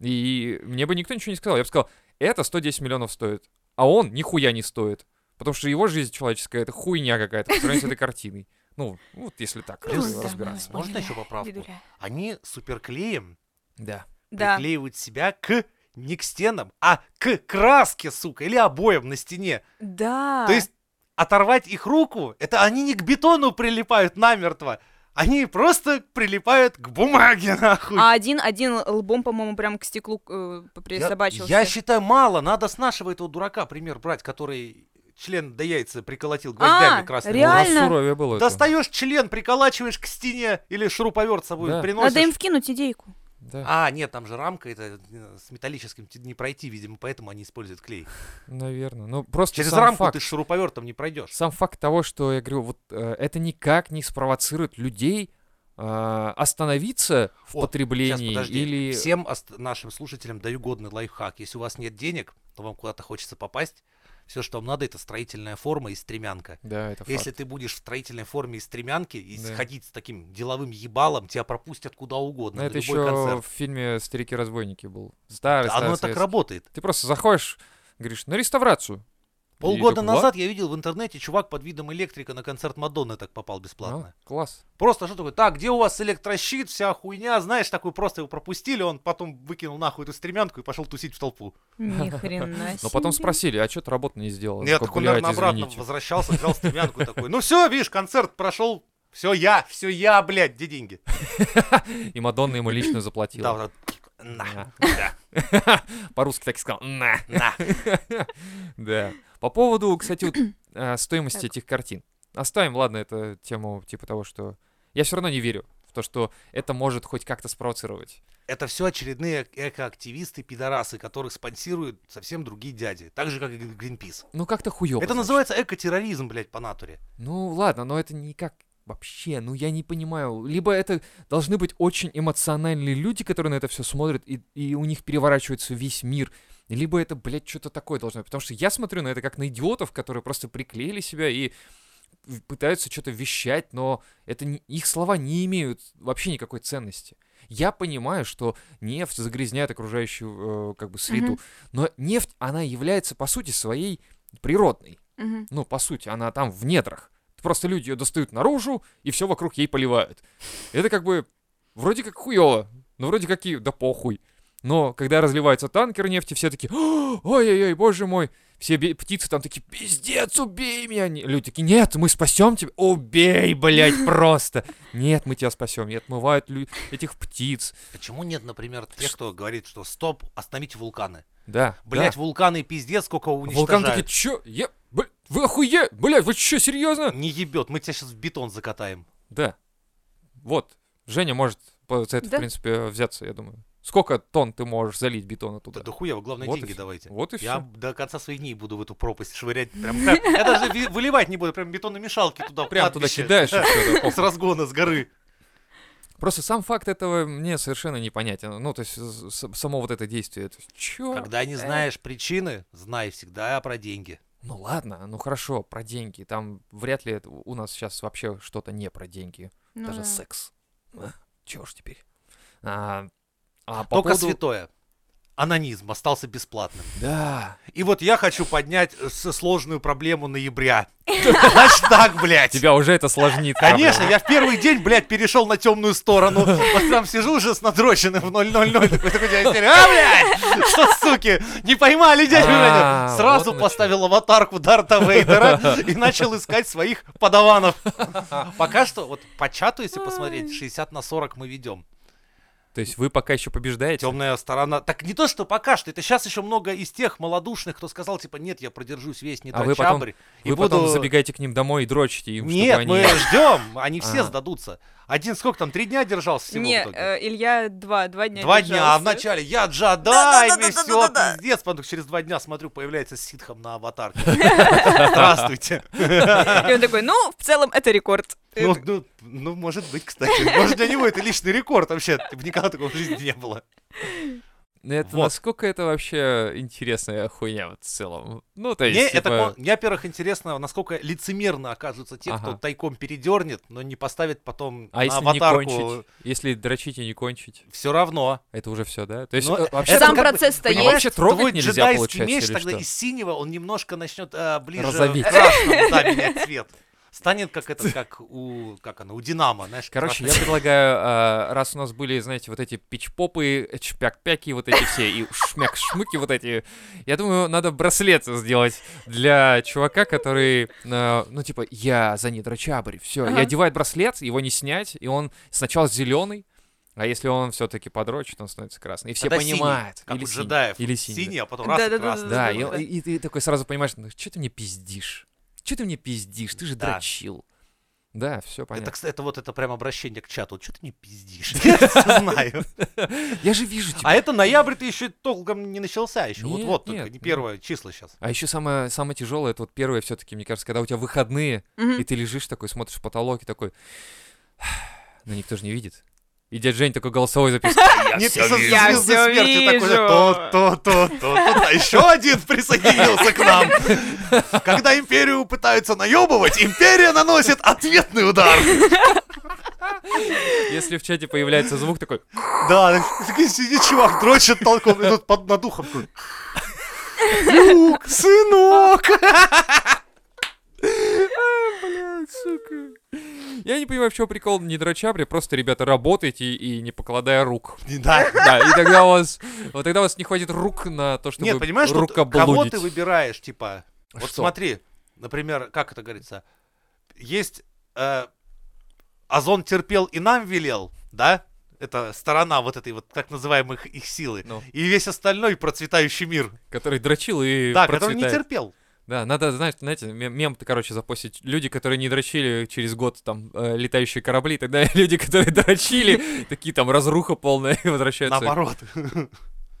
Speaker 2: И мне бы никто ничего не сказал. Я бы сказал, это 110 миллионов стоит, а он нихуя не стоит. Потому что его жизнь человеческая — это хуйня какая-то по сравнению с этой картиной. Ну, вот если так
Speaker 1: Ну,
Speaker 2: раз-
Speaker 1: да,
Speaker 2: разбираться.
Speaker 1: ну,
Speaker 3: Можно еще поправку?
Speaker 1: Дедуля.
Speaker 3: Они суперклеем
Speaker 2: Да.
Speaker 1: Да.
Speaker 3: приклеивают себя к не к стенам, а к краске, сука, или обоям на стене.
Speaker 1: Да.
Speaker 3: То есть оторвать их руку, это они не к бетону прилипают намертво, они просто прилипают к бумаге, нахуй.
Speaker 1: А один, один лбом, по-моему, прям к стеклу э,
Speaker 3: Я-
Speaker 1: присобачился.
Speaker 3: Я, считаю, мало. Надо с нашего этого дурака пример брать, который член до яйца приколотил гвоздями
Speaker 1: А,
Speaker 3: красными.
Speaker 2: У нас
Speaker 1: Реально?
Speaker 2: суровее было это.
Speaker 3: Достаешь член, приколачиваешь к стене или шуруповерт с собой
Speaker 2: Да.
Speaker 3: приносишь.
Speaker 1: Надо им вкинуть идейку.
Speaker 2: Да,
Speaker 3: А, нет, там же рамка, это э, с металлическим т- не пройти, видимо, поэтому они используют клей.
Speaker 2: наверное. Ну, просто
Speaker 3: Через
Speaker 2: сам
Speaker 3: рамку
Speaker 2: факт.
Speaker 3: ты с шуруповертом не пройдешь.
Speaker 2: Сам факт того, что я говорю, вот э, это никак не спровоцирует людей э, остановиться в
Speaker 3: О, Сейчас,
Speaker 2: потреблении
Speaker 3: подожди.
Speaker 2: или...
Speaker 3: Всем ост- нашим слушателям даю годный лайфхак. Если у вас нет денег, то вам куда-то хочется попасть, все, что вам надо, это строительная форма и стремянка.
Speaker 2: Да, это факт.
Speaker 3: Если ты будешь в строительной форме и стремянке и
Speaker 2: Да.
Speaker 3: сходить с таким деловом ебалом, тебя пропустят куда угодно,
Speaker 2: Но
Speaker 3: на
Speaker 2: это
Speaker 3: любой
Speaker 2: еще
Speaker 3: концерт. ну
Speaker 2: в фильме «Старики-разбойники» был. Старый, старый
Speaker 3: Оно так
Speaker 2: советский.
Speaker 3: работает.
Speaker 2: Ты просто заходишь, говоришь, на реставрацию.
Speaker 3: Полгода
Speaker 2: такой, «Ла».
Speaker 3: назад я видел в интернете, чувак под видом электрика на концерт Мадонны так попал
Speaker 2: Ну,
Speaker 3: бесплатно.
Speaker 2: класс.
Speaker 3: Просто что такое? Так, где у вас электрощит, вся хуйня, знаешь, такой просто его пропустили, он потом выкинул нахуй эту стремянку и пошел тусить в толпу.
Speaker 1: Ни хрена
Speaker 2: Но потом
Speaker 1: себе.
Speaker 2: спросили, а что ты работу не сделал?
Speaker 3: Нет, так он, наверное, обратно возвращался, взял стремянку и такой. Ну все, видишь, концерт прошел, все я, все я, блядь, где деньги?
Speaker 2: И Мадонна ему лично заплатила.
Speaker 3: Да, вот так, на,
Speaker 2: На.
Speaker 3: да,
Speaker 2: По-русски так и сказал. На.
Speaker 3: на.
Speaker 2: Да. По поводу, кстати, вот, э, стоимости
Speaker 1: Так.
Speaker 2: этих картин. Оставим, ладно, это тему типа того, что... Я все равно не верю в то, что это может хоть как-то спровоцировать.
Speaker 3: Это все очередные экоактивисты-пидорасы, которых спонсируют совсем другие дяди. Так же, как и Гринпис.
Speaker 2: Ну, как-то хуёво.
Speaker 3: Это
Speaker 2: значит.
Speaker 3: называется экотерроризм, блядь, по натуре.
Speaker 2: Ну, ладно, но это никак вообще, ну я не понимаю. Либо это должны быть очень эмоциональные люди, которые на это все смотрят, и, и у них переворачивается весь мир. Либо это, блядь, что-то такое должно быть. Потому что я смотрю на это как на идиотов, которые просто приклеили себя и в- пытаются что-то вещать, но это не- их слова не имеют вообще никакой ценности. Я понимаю, что нефть загрязняет окружающую э, как бы среду,
Speaker 1: Мгм.
Speaker 2: но нефть она является по сути своей природной.
Speaker 1: Мгм.
Speaker 2: Ну, по сути, она там в недрах. Просто люди ее достают наружу, и все вокруг ей поливают. Это как бы вроде как хуево, но вроде как и да похуй. Но когда разливается танкер нефти, все такие, «О, ой-ой-ой, боже мой. Все бе- птицы там такие, пиздец, убей меня. Не- Люди такие, нет, мы спасем тебя. Убей, блядь, просто. Нет, мы тебя спасем. И отмывают лю- этих птиц.
Speaker 3: Почему нет, например, тех, кто говорит, что стоп, остановите вулканы?
Speaker 2: Да.
Speaker 3: Блядь,
Speaker 2: да.
Speaker 3: вулканы пиздец, сколько
Speaker 2: Вулкан такие,
Speaker 3: уничтожают.
Speaker 2: че? Е... бля- Вы охуе? Блядь, вы че, серьезно?
Speaker 3: Не ебет, мы тебя сейчас в бетон закатаем.
Speaker 2: Да. Вот. Женя может по- за это,
Speaker 1: Да.
Speaker 2: в принципе, взяться, я думаю. Сколько тонн ты можешь залить бетона
Speaker 3: Да,
Speaker 2: туда?
Speaker 3: дохуя, вы главное
Speaker 2: Вот и
Speaker 3: деньги
Speaker 2: всё.
Speaker 3: давайте.
Speaker 2: Вот и
Speaker 3: Я
Speaker 2: все.
Speaker 3: б- до конца своих дней буду в эту пропасть швырять. Прям, я даже ви- выливать не буду, прям бетономешалки туда. в
Speaker 2: Прям туда
Speaker 3: кладбище.
Speaker 2: кидаешь и
Speaker 3: Да,
Speaker 2: всё, да, оп.
Speaker 3: С разгона, с горы.
Speaker 2: Просто сам факт этого мне совершенно непонятен. Ну, то есть с- с- само вот это действие. То есть, чё?
Speaker 3: Когда не знаешь причины, знай всегда про деньги.
Speaker 2: Ну ладно, ну хорошо, про деньги. Там вряд ли это- у нас сейчас вообще что-то не про деньги.
Speaker 1: Ну
Speaker 2: Даже
Speaker 1: да.
Speaker 2: секс. А, Чего ж теперь? А, а по
Speaker 3: Только
Speaker 2: поводу-
Speaker 3: святое. Анонизм остался бесплатным.
Speaker 2: Да.
Speaker 3: И вот я хочу поднять э, с- сложную проблему ноября. Значит так, блядь.
Speaker 2: Тебя уже это сложнит.
Speaker 3: Конечно,
Speaker 2: проблема.
Speaker 3: я в первый день, блядь, перешел на темную сторону. Вот там сижу уже с надроченным в 000. Такой, такой, я серию, а, блядь, что, суки, не поймали дядю
Speaker 2: А,
Speaker 3: Женю. Сразу
Speaker 2: вот оно
Speaker 3: поставил аватарку Дарта Вейдера и начал искать своих подаванов. Пока что, вот по чату, если посмотреть, 60 на 40 мы ведем.
Speaker 2: То есть вы пока еще побеждаете?
Speaker 3: Темная сторона. Так не то, что пока что, это сейчас еще много из тех малодушных, кто сказал, типа, нет, я продержусь весь не
Speaker 2: А вы потом-
Speaker 3: и
Speaker 2: Вы потом
Speaker 3: буду-
Speaker 2: забегаете к ним домой и дрочите им,
Speaker 3: Нет,
Speaker 2: чтобы
Speaker 3: мы
Speaker 2: они...
Speaker 3: ждем, они все
Speaker 2: А.
Speaker 3: сдадутся. Один сколько там, три дня держался всего
Speaker 1: Не,
Speaker 3: в итоге?
Speaker 1: э, Илья два, два дня
Speaker 3: Два дня, а
Speaker 1: держался.
Speaker 3: вначале я джадай, мне
Speaker 1: Да-да-да-да-да-да-да.
Speaker 3: все пиздец, потом через два дня смотрю, появляется ситхом на аватарке. Здравствуйте.
Speaker 1: И он такой, ну, в целом это рекорд.
Speaker 3: Ну, ну, ну, может быть, кстати. Может, для него это личный рекорд вообще. Никогда такого в жизни не было.
Speaker 2: Ну, Это
Speaker 3: Вот.
Speaker 2: насколько это вообще интересная хуйня вот в целом? Ну, то есть,
Speaker 3: Мне,
Speaker 2: типа,
Speaker 3: это, ко- мне, во-первых, интересно, насколько лицемерно окажутся те, кто
Speaker 2: Ага.
Speaker 3: тайком передернет, но не поставит потом
Speaker 2: А
Speaker 3: на
Speaker 2: если не
Speaker 3: аватарку.
Speaker 2: кончить? Если дрочить и не кончить,
Speaker 3: Все равно.
Speaker 2: это уже все, да? То есть,
Speaker 3: Но
Speaker 2: э, вообще...
Speaker 3: это
Speaker 1: Сам
Speaker 3: как бы,
Speaker 1: процесс-то
Speaker 2: А
Speaker 1: есть.
Speaker 2: вообще трогать
Speaker 3: твой
Speaker 2: нельзя,
Speaker 3: джедайский
Speaker 2: получается,
Speaker 3: меч
Speaker 2: или
Speaker 3: тогда
Speaker 2: что?
Speaker 3: из синего он немножко начнет э, ближе
Speaker 2: Розоветь.
Speaker 3: к красному, да, менять цвет. Станет как это, как у, как оно, у Динамо, знаешь,
Speaker 2: Короче, я
Speaker 3: красный.
Speaker 2: предлагаю, а, раз у нас были, знаете, вот эти пич-попы, чпяк-пяки, вот эти все, и шмяк-шмыки вот эти, я думаю, надо браслет сделать для чувака, который, а, ну, типа, я за Нидра Чабарь, все,
Speaker 1: Ага.
Speaker 2: и одевает браслет, его не снять, и он сначала зеленый, а если он все-таки подрочит, он становится красный. И все
Speaker 3: Тогда синий,
Speaker 2: понимают.
Speaker 3: как
Speaker 2: или
Speaker 3: у
Speaker 2: синий,
Speaker 3: джедаев.
Speaker 2: Или синий. да.
Speaker 3: а потом раз и
Speaker 1: Да-да-да-да-да.
Speaker 3: красный.
Speaker 2: Да,
Speaker 1: Ну, да.
Speaker 2: и, и ты такой сразу понимаешь, ну что ты мне пиздишь? Что ты мне пиздишь? Ты же
Speaker 3: Да.
Speaker 2: дрочил. Да, все
Speaker 3: Это,
Speaker 2: понятно.
Speaker 3: кстати, это вот это прям обращение к чату. Че ты не пиздишь? Я всё знаю.
Speaker 2: Я же вижу тебя.
Speaker 3: А это ноябрь-то еще толком не начался еще.
Speaker 2: Нет,
Speaker 3: Вот-вот, только
Speaker 2: нет,
Speaker 3: не
Speaker 2: нет.
Speaker 3: первое число сейчас.
Speaker 2: А еще самое, самое тяжелое, это вот первое все-таки, мне кажется, когда у тебя выходные,
Speaker 1: Мгм.
Speaker 2: и ты лежишь такой, смотришь в потолок и такой, ну никто же не видит. И дядя Жень такой голосовой записывает.
Speaker 3: Нет,
Speaker 2: всё
Speaker 3: со
Speaker 2: вижу.
Speaker 1: Я
Speaker 3: звезды
Speaker 1: всё
Speaker 3: смерти такой же
Speaker 1: вижу.
Speaker 3: то-то-то-то. А еще один присоединился к нам. Когда империю пытаются наебывать, империя наносит ответный удар.
Speaker 2: Если в чате появляется звук такой,
Speaker 3: Да, так и сидит чувак, дрочит толком, и тут под, над ухом такой, Люк, сынок!
Speaker 2: я не понимаю, в чем прикол, не дрочабри, просто, ребята, работайте и не покладая рук.
Speaker 3: Не, Да.
Speaker 2: Да, и тогда у вас, вот тогда у вас не хватит рук на то, чтобы
Speaker 3: Нет, понимаешь, тут кого
Speaker 2: рукоблудить.
Speaker 3: ты выбираешь, типа, вот
Speaker 2: Что?
Speaker 3: смотри, например, как это говорится, есть э, Озон терпел и нам велел, да? Это сторона вот этой вот так называемых их силы.
Speaker 2: Ну.
Speaker 3: И весь остальной процветающий мир.
Speaker 2: Который дрочил и
Speaker 3: да, который
Speaker 2: процветает.
Speaker 3: не терпел.
Speaker 2: Да, надо, знаешь, знаете, мем- мем-то, короче, запостить. Люди, которые не дрочили через год, там, э, летающие корабли, тогда люди, которые дрочили, такие там разруха полная и возвращаются.
Speaker 3: Наоборот.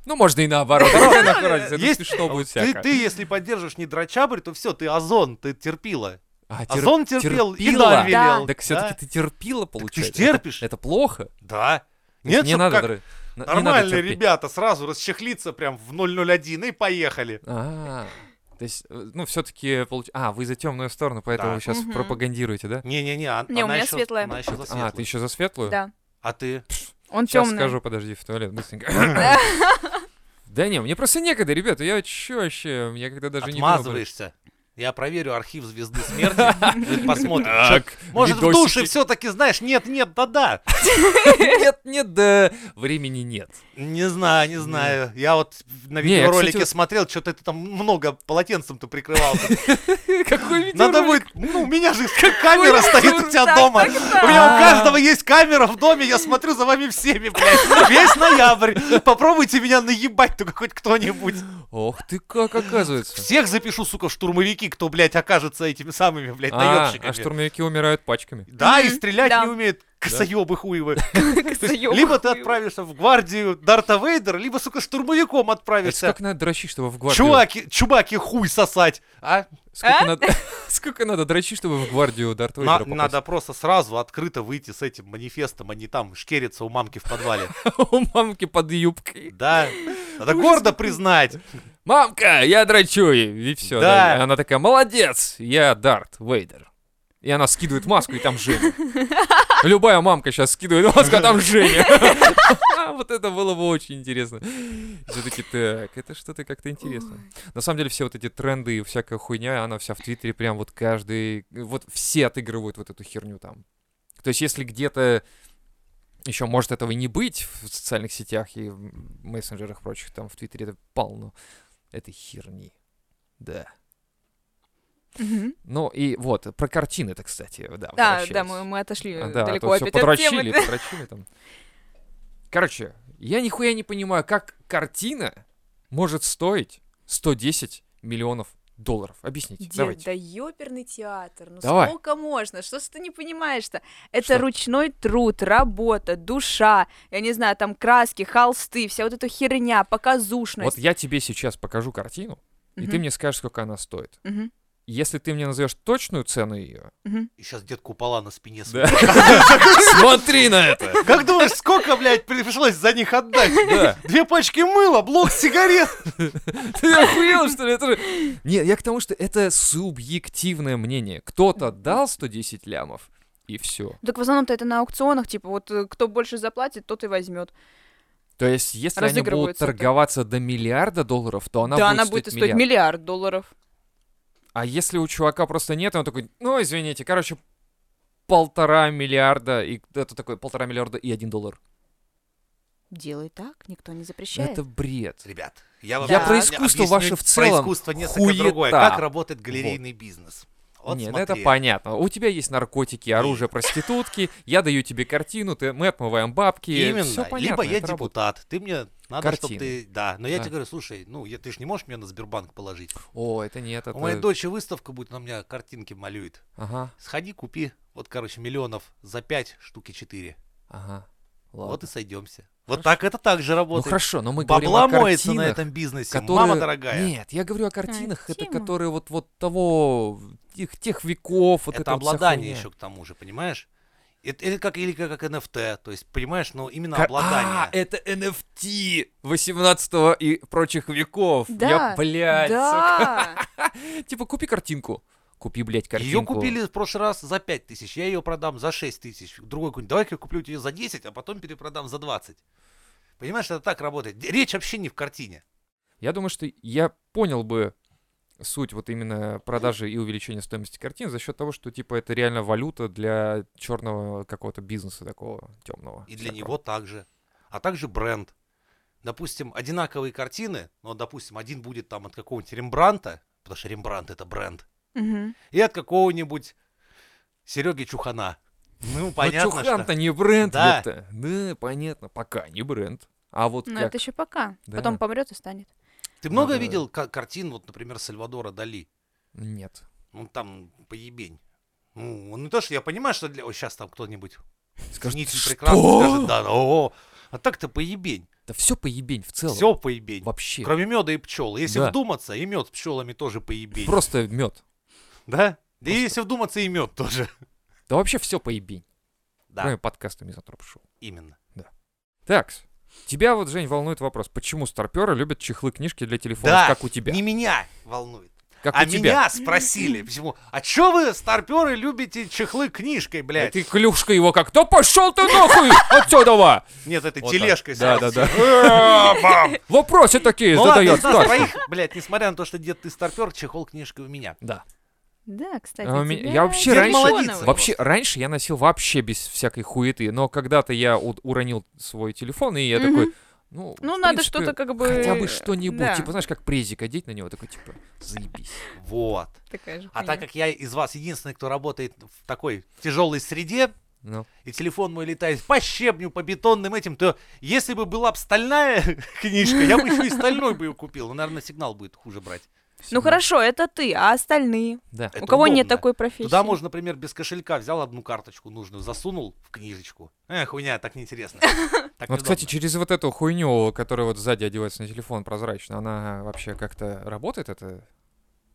Speaker 2: Ну, можно и наоборот. Можно наоборот, это
Speaker 3: Есть-
Speaker 2: смешно ну, будет
Speaker 3: Ты,
Speaker 2: всяко.
Speaker 3: ты, если поддержишь не драчабрь, то все, ты озон, ты терпила.
Speaker 2: А, тер-
Speaker 3: Озон терпел и
Speaker 2: терпила.
Speaker 3: нам велел.
Speaker 2: Так все-таки ты терпила, получается. Это-
Speaker 3: терпишь.
Speaker 2: Это плохо.
Speaker 3: Да.
Speaker 2: То
Speaker 3: Нет,
Speaker 2: есть Не
Speaker 3: чтоб
Speaker 2: надо
Speaker 3: как
Speaker 2: дры- на- не надо
Speaker 3: нормальные
Speaker 2: терпеть.
Speaker 3: ребята сразу расчехлиться прям в 001 и поехали.
Speaker 2: А, то есть, э, ну, все-таки А, вы за темную сторону, поэтому
Speaker 3: Да.
Speaker 2: вы сейчас
Speaker 1: Мгм.
Speaker 2: пропагандируете, да?
Speaker 3: Не-не-не, а-
Speaker 1: Не, у
Speaker 3: она
Speaker 1: меня
Speaker 3: ещё-
Speaker 1: светлая.
Speaker 3: Она еще за
Speaker 2: А, ты
Speaker 3: светлую.
Speaker 2: еще за светлую?
Speaker 1: Да.
Speaker 3: А ты?
Speaker 1: Он
Speaker 2: Сейчас
Speaker 1: темный.
Speaker 2: скажу, подожди, в туалет быстренько. Да не, мне просто некогда, ребята, я чё вообще, я когда даже не думал об этом.
Speaker 3: Отмазываешься. Я проверю архив звезды смерти. Посмотрим.
Speaker 2: Так,
Speaker 3: Чё- Может, в
Speaker 2: А, видосики.
Speaker 3: душе все-таки, знаешь, нет, нет, да-да.
Speaker 2: Нет, нет, да, времени нет.
Speaker 3: Не знаю, не знаю. Я вот на
Speaker 2: Не, я,
Speaker 3: видеоролике
Speaker 2: кстати, вот-
Speaker 3: смотрел, что-то ты там много полотенцем-то прикрывался.
Speaker 2: Какой
Speaker 3: Надо
Speaker 2: видеоролик?
Speaker 3: будет... Ну, у меня же камера стоит у тебя
Speaker 1: Так,
Speaker 3: дома.
Speaker 1: так,
Speaker 3: У меня у
Speaker 2: А.
Speaker 3: каждого есть камера в доме, я смотрю за вами всеми, блядь. Ну, Весь ноябрь. Попробуйте меня наебать только хоть кто-нибудь.
Speaker 2: Ох ты как, оказывается.
Speaker 3: Всех запишу, сука, в штурмовики, кто, блядь, окажется этими самыми, блядь,
Speaker 2: А,
Speaker 3: наебщиками.
Speaker 2: а штурмовики умирают пачками.
Speaker 3: Да, и
Speaker 1: Мгм,
Speaker 3: стрелять
Speaker 1: да.
Speaker 3: не умеют. Косоебы хуевы.
Speaker 1: Заёбываю.
Speaker 3: Либо ты отправишься в гвардию Дарта Вейдера, либо, сука, штурмовиком
Speaker 2: Это ж
Speaker 3: отправишься.
Speaker 2: как надо дрочить, чтобы в гвардию...
Speaker 3: Чуваки, чубаки хуй сосать. А?
Speaker 2: Сколько
Speaker 1: А?
Speaker 2: надо... Сколько надо дрочить, чтобы в гвардию Дарт
Speaker 3: На-
Speaker 2: Вейдера попасть?
Speaker 3: надо просто сразу открыто выйти с этим манифестом, а не там шкериться у мамки в подвале.
Speaker 2: У мамки под юбкой.
Speaker 3: Да. Надо гордо признать.
Speaker 2: Мамка, я дрочу, и, все.
Speaker 3: Да.
Speaker 2: Она такая, молодец, я Дарт Вейдер. И она скидывает маску, и там Женя. Любая мамка сейчас скидывает маску, а там Женя. Вот это было бы очень интересно. Все-таки так, это что-то как-то интересно. На самом деле все вот эти тренды и всякая хуйня, она вся в Твиттере прям вот каждый... Вот все отыгрывают вот эту херню там. То есть если где-то еще может этого и не быть в социальных сетях и в мессенджерах прочих, там в Твиттере это полно этой херни. Да.
Speaker 1: Мгм.
Speaker 2: Ну и вот, про картины это, кстати, да,
Speaker 1: Да,
Speaker 2: возвращаясь.
Speaker 1: да, мы, мы отошли
Speaker 2: А,
Speaker 1: э,
Speaker 2: да, а то
Speaker 1: далеко
Speaker 2: всё
Speaker 1: опять от темы.
Speaker 2: подрочили, подрочили там. Короче, я нихуя не понимаю, как картина может стоить 110 миллионов долларов. Объясните,
Speaker 1: Дед,
Speaker 2: давайте.
Speaker 1: да ёперный театр, ну
Speaker 2: Давай.
Speaker 1: сколько можно, что ж ты не понимаешь-то? Это
Speaker 2: Что?
Speaker 1: ручной труд, работа, душа, я не знаю, там краски, холсты, вся вот эта херня, показушность.
Speaker 2: Вот я тебе сейчас покажу картину, и ты
Speaker 1: Мгм,
Speaker 2: мне скажешь, сколько она стоит.
Speaker 1: мгм,
Speaker 2: Если ты мне назовешь точную цену ее,
Speaker 1: мгм.
Speaker 3: И сейчас дед Купола на спине
Speaker 2: Да.
Speaker 3: смотрит.
Speaker 2: смотри на это!
Speaker 3: Как думаешь, сколько, блядь, пришлось за них отдать?
Speaker 2: Да.
Speaker 3: Две пачки мыла, блок сигарет.
Speaker 2: Ты охуел, что ли? Это же- Не, я к тому, что это субъективное мнение. Кто-то дал 110 лямов, и все.
Speaker 1: Так в основном-то это на аукционах, типа вот э, кто больше заплатит, тот и возьмет.
Speaker 2: То есть, если они будут
Speaker 1: Разыгрывается это.
Speaker 2: торговаться до миллиарда долларов, то она
Speaker 1: да,
Speaker 2: будет
Speaker 1: она
Speaker 2: стоить
Speaker 1: будет и стоить
Speaker 2: миллиард.
Speaker 1: миллиард долларов.
Speaker 2: А если у чувака просто нет, и он такой, ну, извините, короче, полтора миллиарда, и это такой полтора миллиарда и один доллар. Ну,
Speaker 1: Делай так, никто не запрещает.
Speaker 2: Это бред.
Speaker 3: Ребят, я вам
Speaker 1: Я про
Speaker 3: объясню-
Speaker 2: искусство
Speaker 3: объясню
Speaker 2: ваше в целом
Speaker 3: Про искусство несколько другое.
Speaker 2: хуета.
Speaker 3: Как работает галерейный бизнес. Вот
Speaker 2: Нет, ну,
Speaker 3: смотри.
Speaker 2: это понятно. У тебя есть наркотики, оружие, проститутки, я даю тебе картину, ты, мы отмываем бабки.
Speaker 3: Именно.
Speaker 2: Все понятно.
Speaker 3: Либо я
Speaker 2: это работает.
Speaker 3: депутат, ты мне надо, чтобы
Speaker 2: Картины.
Speaker 3: ты... Да, но я
Speaker 2: Да.
Speaker 3: тебе говорю, слушай, ну я- ты же не можешь меня на Сбербанк положить.
Speaker 2: О, это нет, это...
Speaker 3: У моей дочери выставка будет, она у меня картинки малюет.
Speaker 2: Ага,
Speaker 3: Сходи, купи, вот, короче, миллионов за пять штуки четыре.
Speaker 2: ага. Ладно.
Speaker 3: Вот и сойдемся. Вот так это так же
Speaker 2: ну
Speaker 3: работает.
Speaker 2: хорошо, но мы
Speaker 3: Бабла
Speaker 2: говорим о
Speaker 3: моется
Speaker 2: картинах,
Speaker 3: на этом бизнесе.
Speaker 2: которые...
Speaker 3: Мама дорогая.
Speaker 2: Нет, я
Speaker 1: А,
Speaker 2: говорю о картинах, это
Speaker 1: Картина.
Speaker 2: которые вот, вот того, тех, тех веков, вот
Speaker 3: это,
Speaker 2: эта вот вся
Speaker 3: обладание
Speaker 2: хуйня.
Speaker 3: еще к тому же, понимаешь? Это, или как, или как NFT, то есть, понимаешь, но именно
Speaker 2: Кар- А,
Speaker 3: обладание.
Speaker 2: это NFT 18 и прочих веков. Я,
Speaker 1: Да,
Speaker 2: блядь,
Speaker 1: да.
Speaker 2: сука. Типа, купи картинку. Купи, блядь, картинку.
Speaker 3: Ее купили в прошлый раз за 5 тысяч, я ее продам за 6 тысяч. Другой какой-нибудь, давай-ка я куплю ее за 10, а потом перепродам за 20. Понимаешь, это так работает. Д- Речь вообще не в картине.
Speaker 2: Я думаю, что я понял бы суть вот именно продажи и увеличения стоимости картин за счет того, что типа это реально валюта для черного какого-то бизнеса такого темного.
Speaker 3: И для него также. А также бренд. Допустим, одинаковые картины, но, допустим, один будет там от какого-нибудь Рембранта, потому что Рембрандт это бренд,
Speaker 1: Мгм.
Speaker 3: и от какого-нибудь Сереги Чухана. Ну, понятно,
Speaker 2: Но
Speaker 3: что...
Speaker 2: Чухан-то а не бренд,
Speaker 3: Да.
Speaker 2: ёпта. Да, понятно, пока не бренд. А вот
Speaker 1: Но
Speaker 2: как...
Speaker 1: Ну, это еще пока.
Speaker 2: Да.
Speaker 1: Потом помрет и станет.
Speaker 3: Ты много
Speaker 2: Надо-
Speaker 3: видел ка- картин, вот, например, Сальвадора Дали?
Speaker 2: Нет.
Speaker 3: Он там поебень. Ну, он не то, что я понимаю, что для... сейчас там кто-нибудь
Speaker 2: Скажет,
Speaker 3: ценитель прекрасно скажет,
Speaker 2: что?
Speaker 3: да, о, а так-то поебень.
Speaker 2: Да все поебень в целом.
Speaker 3: Все поебень.
Speaker 2: Вообще.
Speaker 3: Кроме меда и пчел. Если
Speaker 2: Да.
Speaker 3: вдуматься, и мед с пчелами тоже поебень.
Speaker 2: Просто мед.
Speaker 3: Да? Да и
Speaker 2: Просто.
Speaker 3: если вдуматься, и мед тоже.
Speaker 2: Да вообще все поебень.
Speaker 3: Да,
Speaker 2: Кроме подкаста Мизантроп Шоу.
Speaker 3: именно.
Speaker 2: Так, тебя вот, Жень, волнует вопрос, почему старперы любят чехлы книжки для телефонов,
Speaker 3: да,
Speaker 2: как у тебя?
Speaker 3: не меня волнует.
Speaker 2: Как
Speaker 3: а
Speaker 2: у тебя? Э,
Speaker 3: меня спросили, почему, а чё вы, старперы, любите чехлы книжкой,
Speaker 2: Да
Speaker 3: блядь?
Speaker 2: А ты клюшка его как, да пошел ты нахуй отсюда!
Speaker 3: Нет, этой
Speaker 2: Вот так.
Speaker 3: тележкой.
Speaker 2: Да,
Speaker 3: сразу.
Speaker 2: да,
Speaker 3: Э, бам!
Speaker 2: Вопросы такие
Speaker 3: Ну ладно,
Speaker 2: задает
Speaker 3: из нас
Speaker 2: старший.
Speaker 3: двоих, блядь, несмотря на то, что дед ты старпер, чехол книжка у меня.
Speaker 2: Да.
Speaker 1: Да, кстати,
Speaker 2: А у меня-
Speaker 1: тебя
Speaker 2: я вообще
Speaker 1: Дед
Speaker 2: раньше-
Speaker 1: Молодец.
Speaker 2: Вообще, раньше я носил вообще без всякой хуеты, но когда-то я у- уронил свой телефон, и я
Speaker 1: Мгм.
Speaker 2: такой, ну,
Speaker 1: Ну,
Speaker 2: в
Speaker 1: надо
Speaker 2: принципе,
Speaker 1: что-то как бы...
Speaker 2: Хотя бы что-нибудь,
Speaker 1: да,
Speaker 2: типа, знаешь, как презик одеть на него, такой, типа, заебись.
Speaker 3: Вот.
Speaker 1: такая же
Speaker 3: А
Speaker 1: хуйня. Ну,
Speaker 3: так как я из вас единственный, кто работает в такой тяжелой среде,
Speaker 2: Ну,
Speaker 3: и телефон мой летает по щебню, по бетонным этим, то если бы была бы стальная книжка, я бы еще и стальной бы ее купил. Но, наверное, сигнал будет хуже брать.
Speaker 1: Ну хорошо, это ты, а остальные?
Speaker 2: Да.
Speaker 3: Это
Speaker 1: У кого нет
Speaker 3: удобно.
Speaker 1: такой профессии?
Speaker 3: Туда можно, например, без кошелька взял одну карточку нужную, засунул в книжечку. Э, хуйня, так неинтересно. Так
Speaker 2: Вот, кстати,
Speaker 3: неудобно.
Speaker 2: через вот эту хуйню, которая вот сзади одевается на телефон прозрачно, она вообще как-то работает это?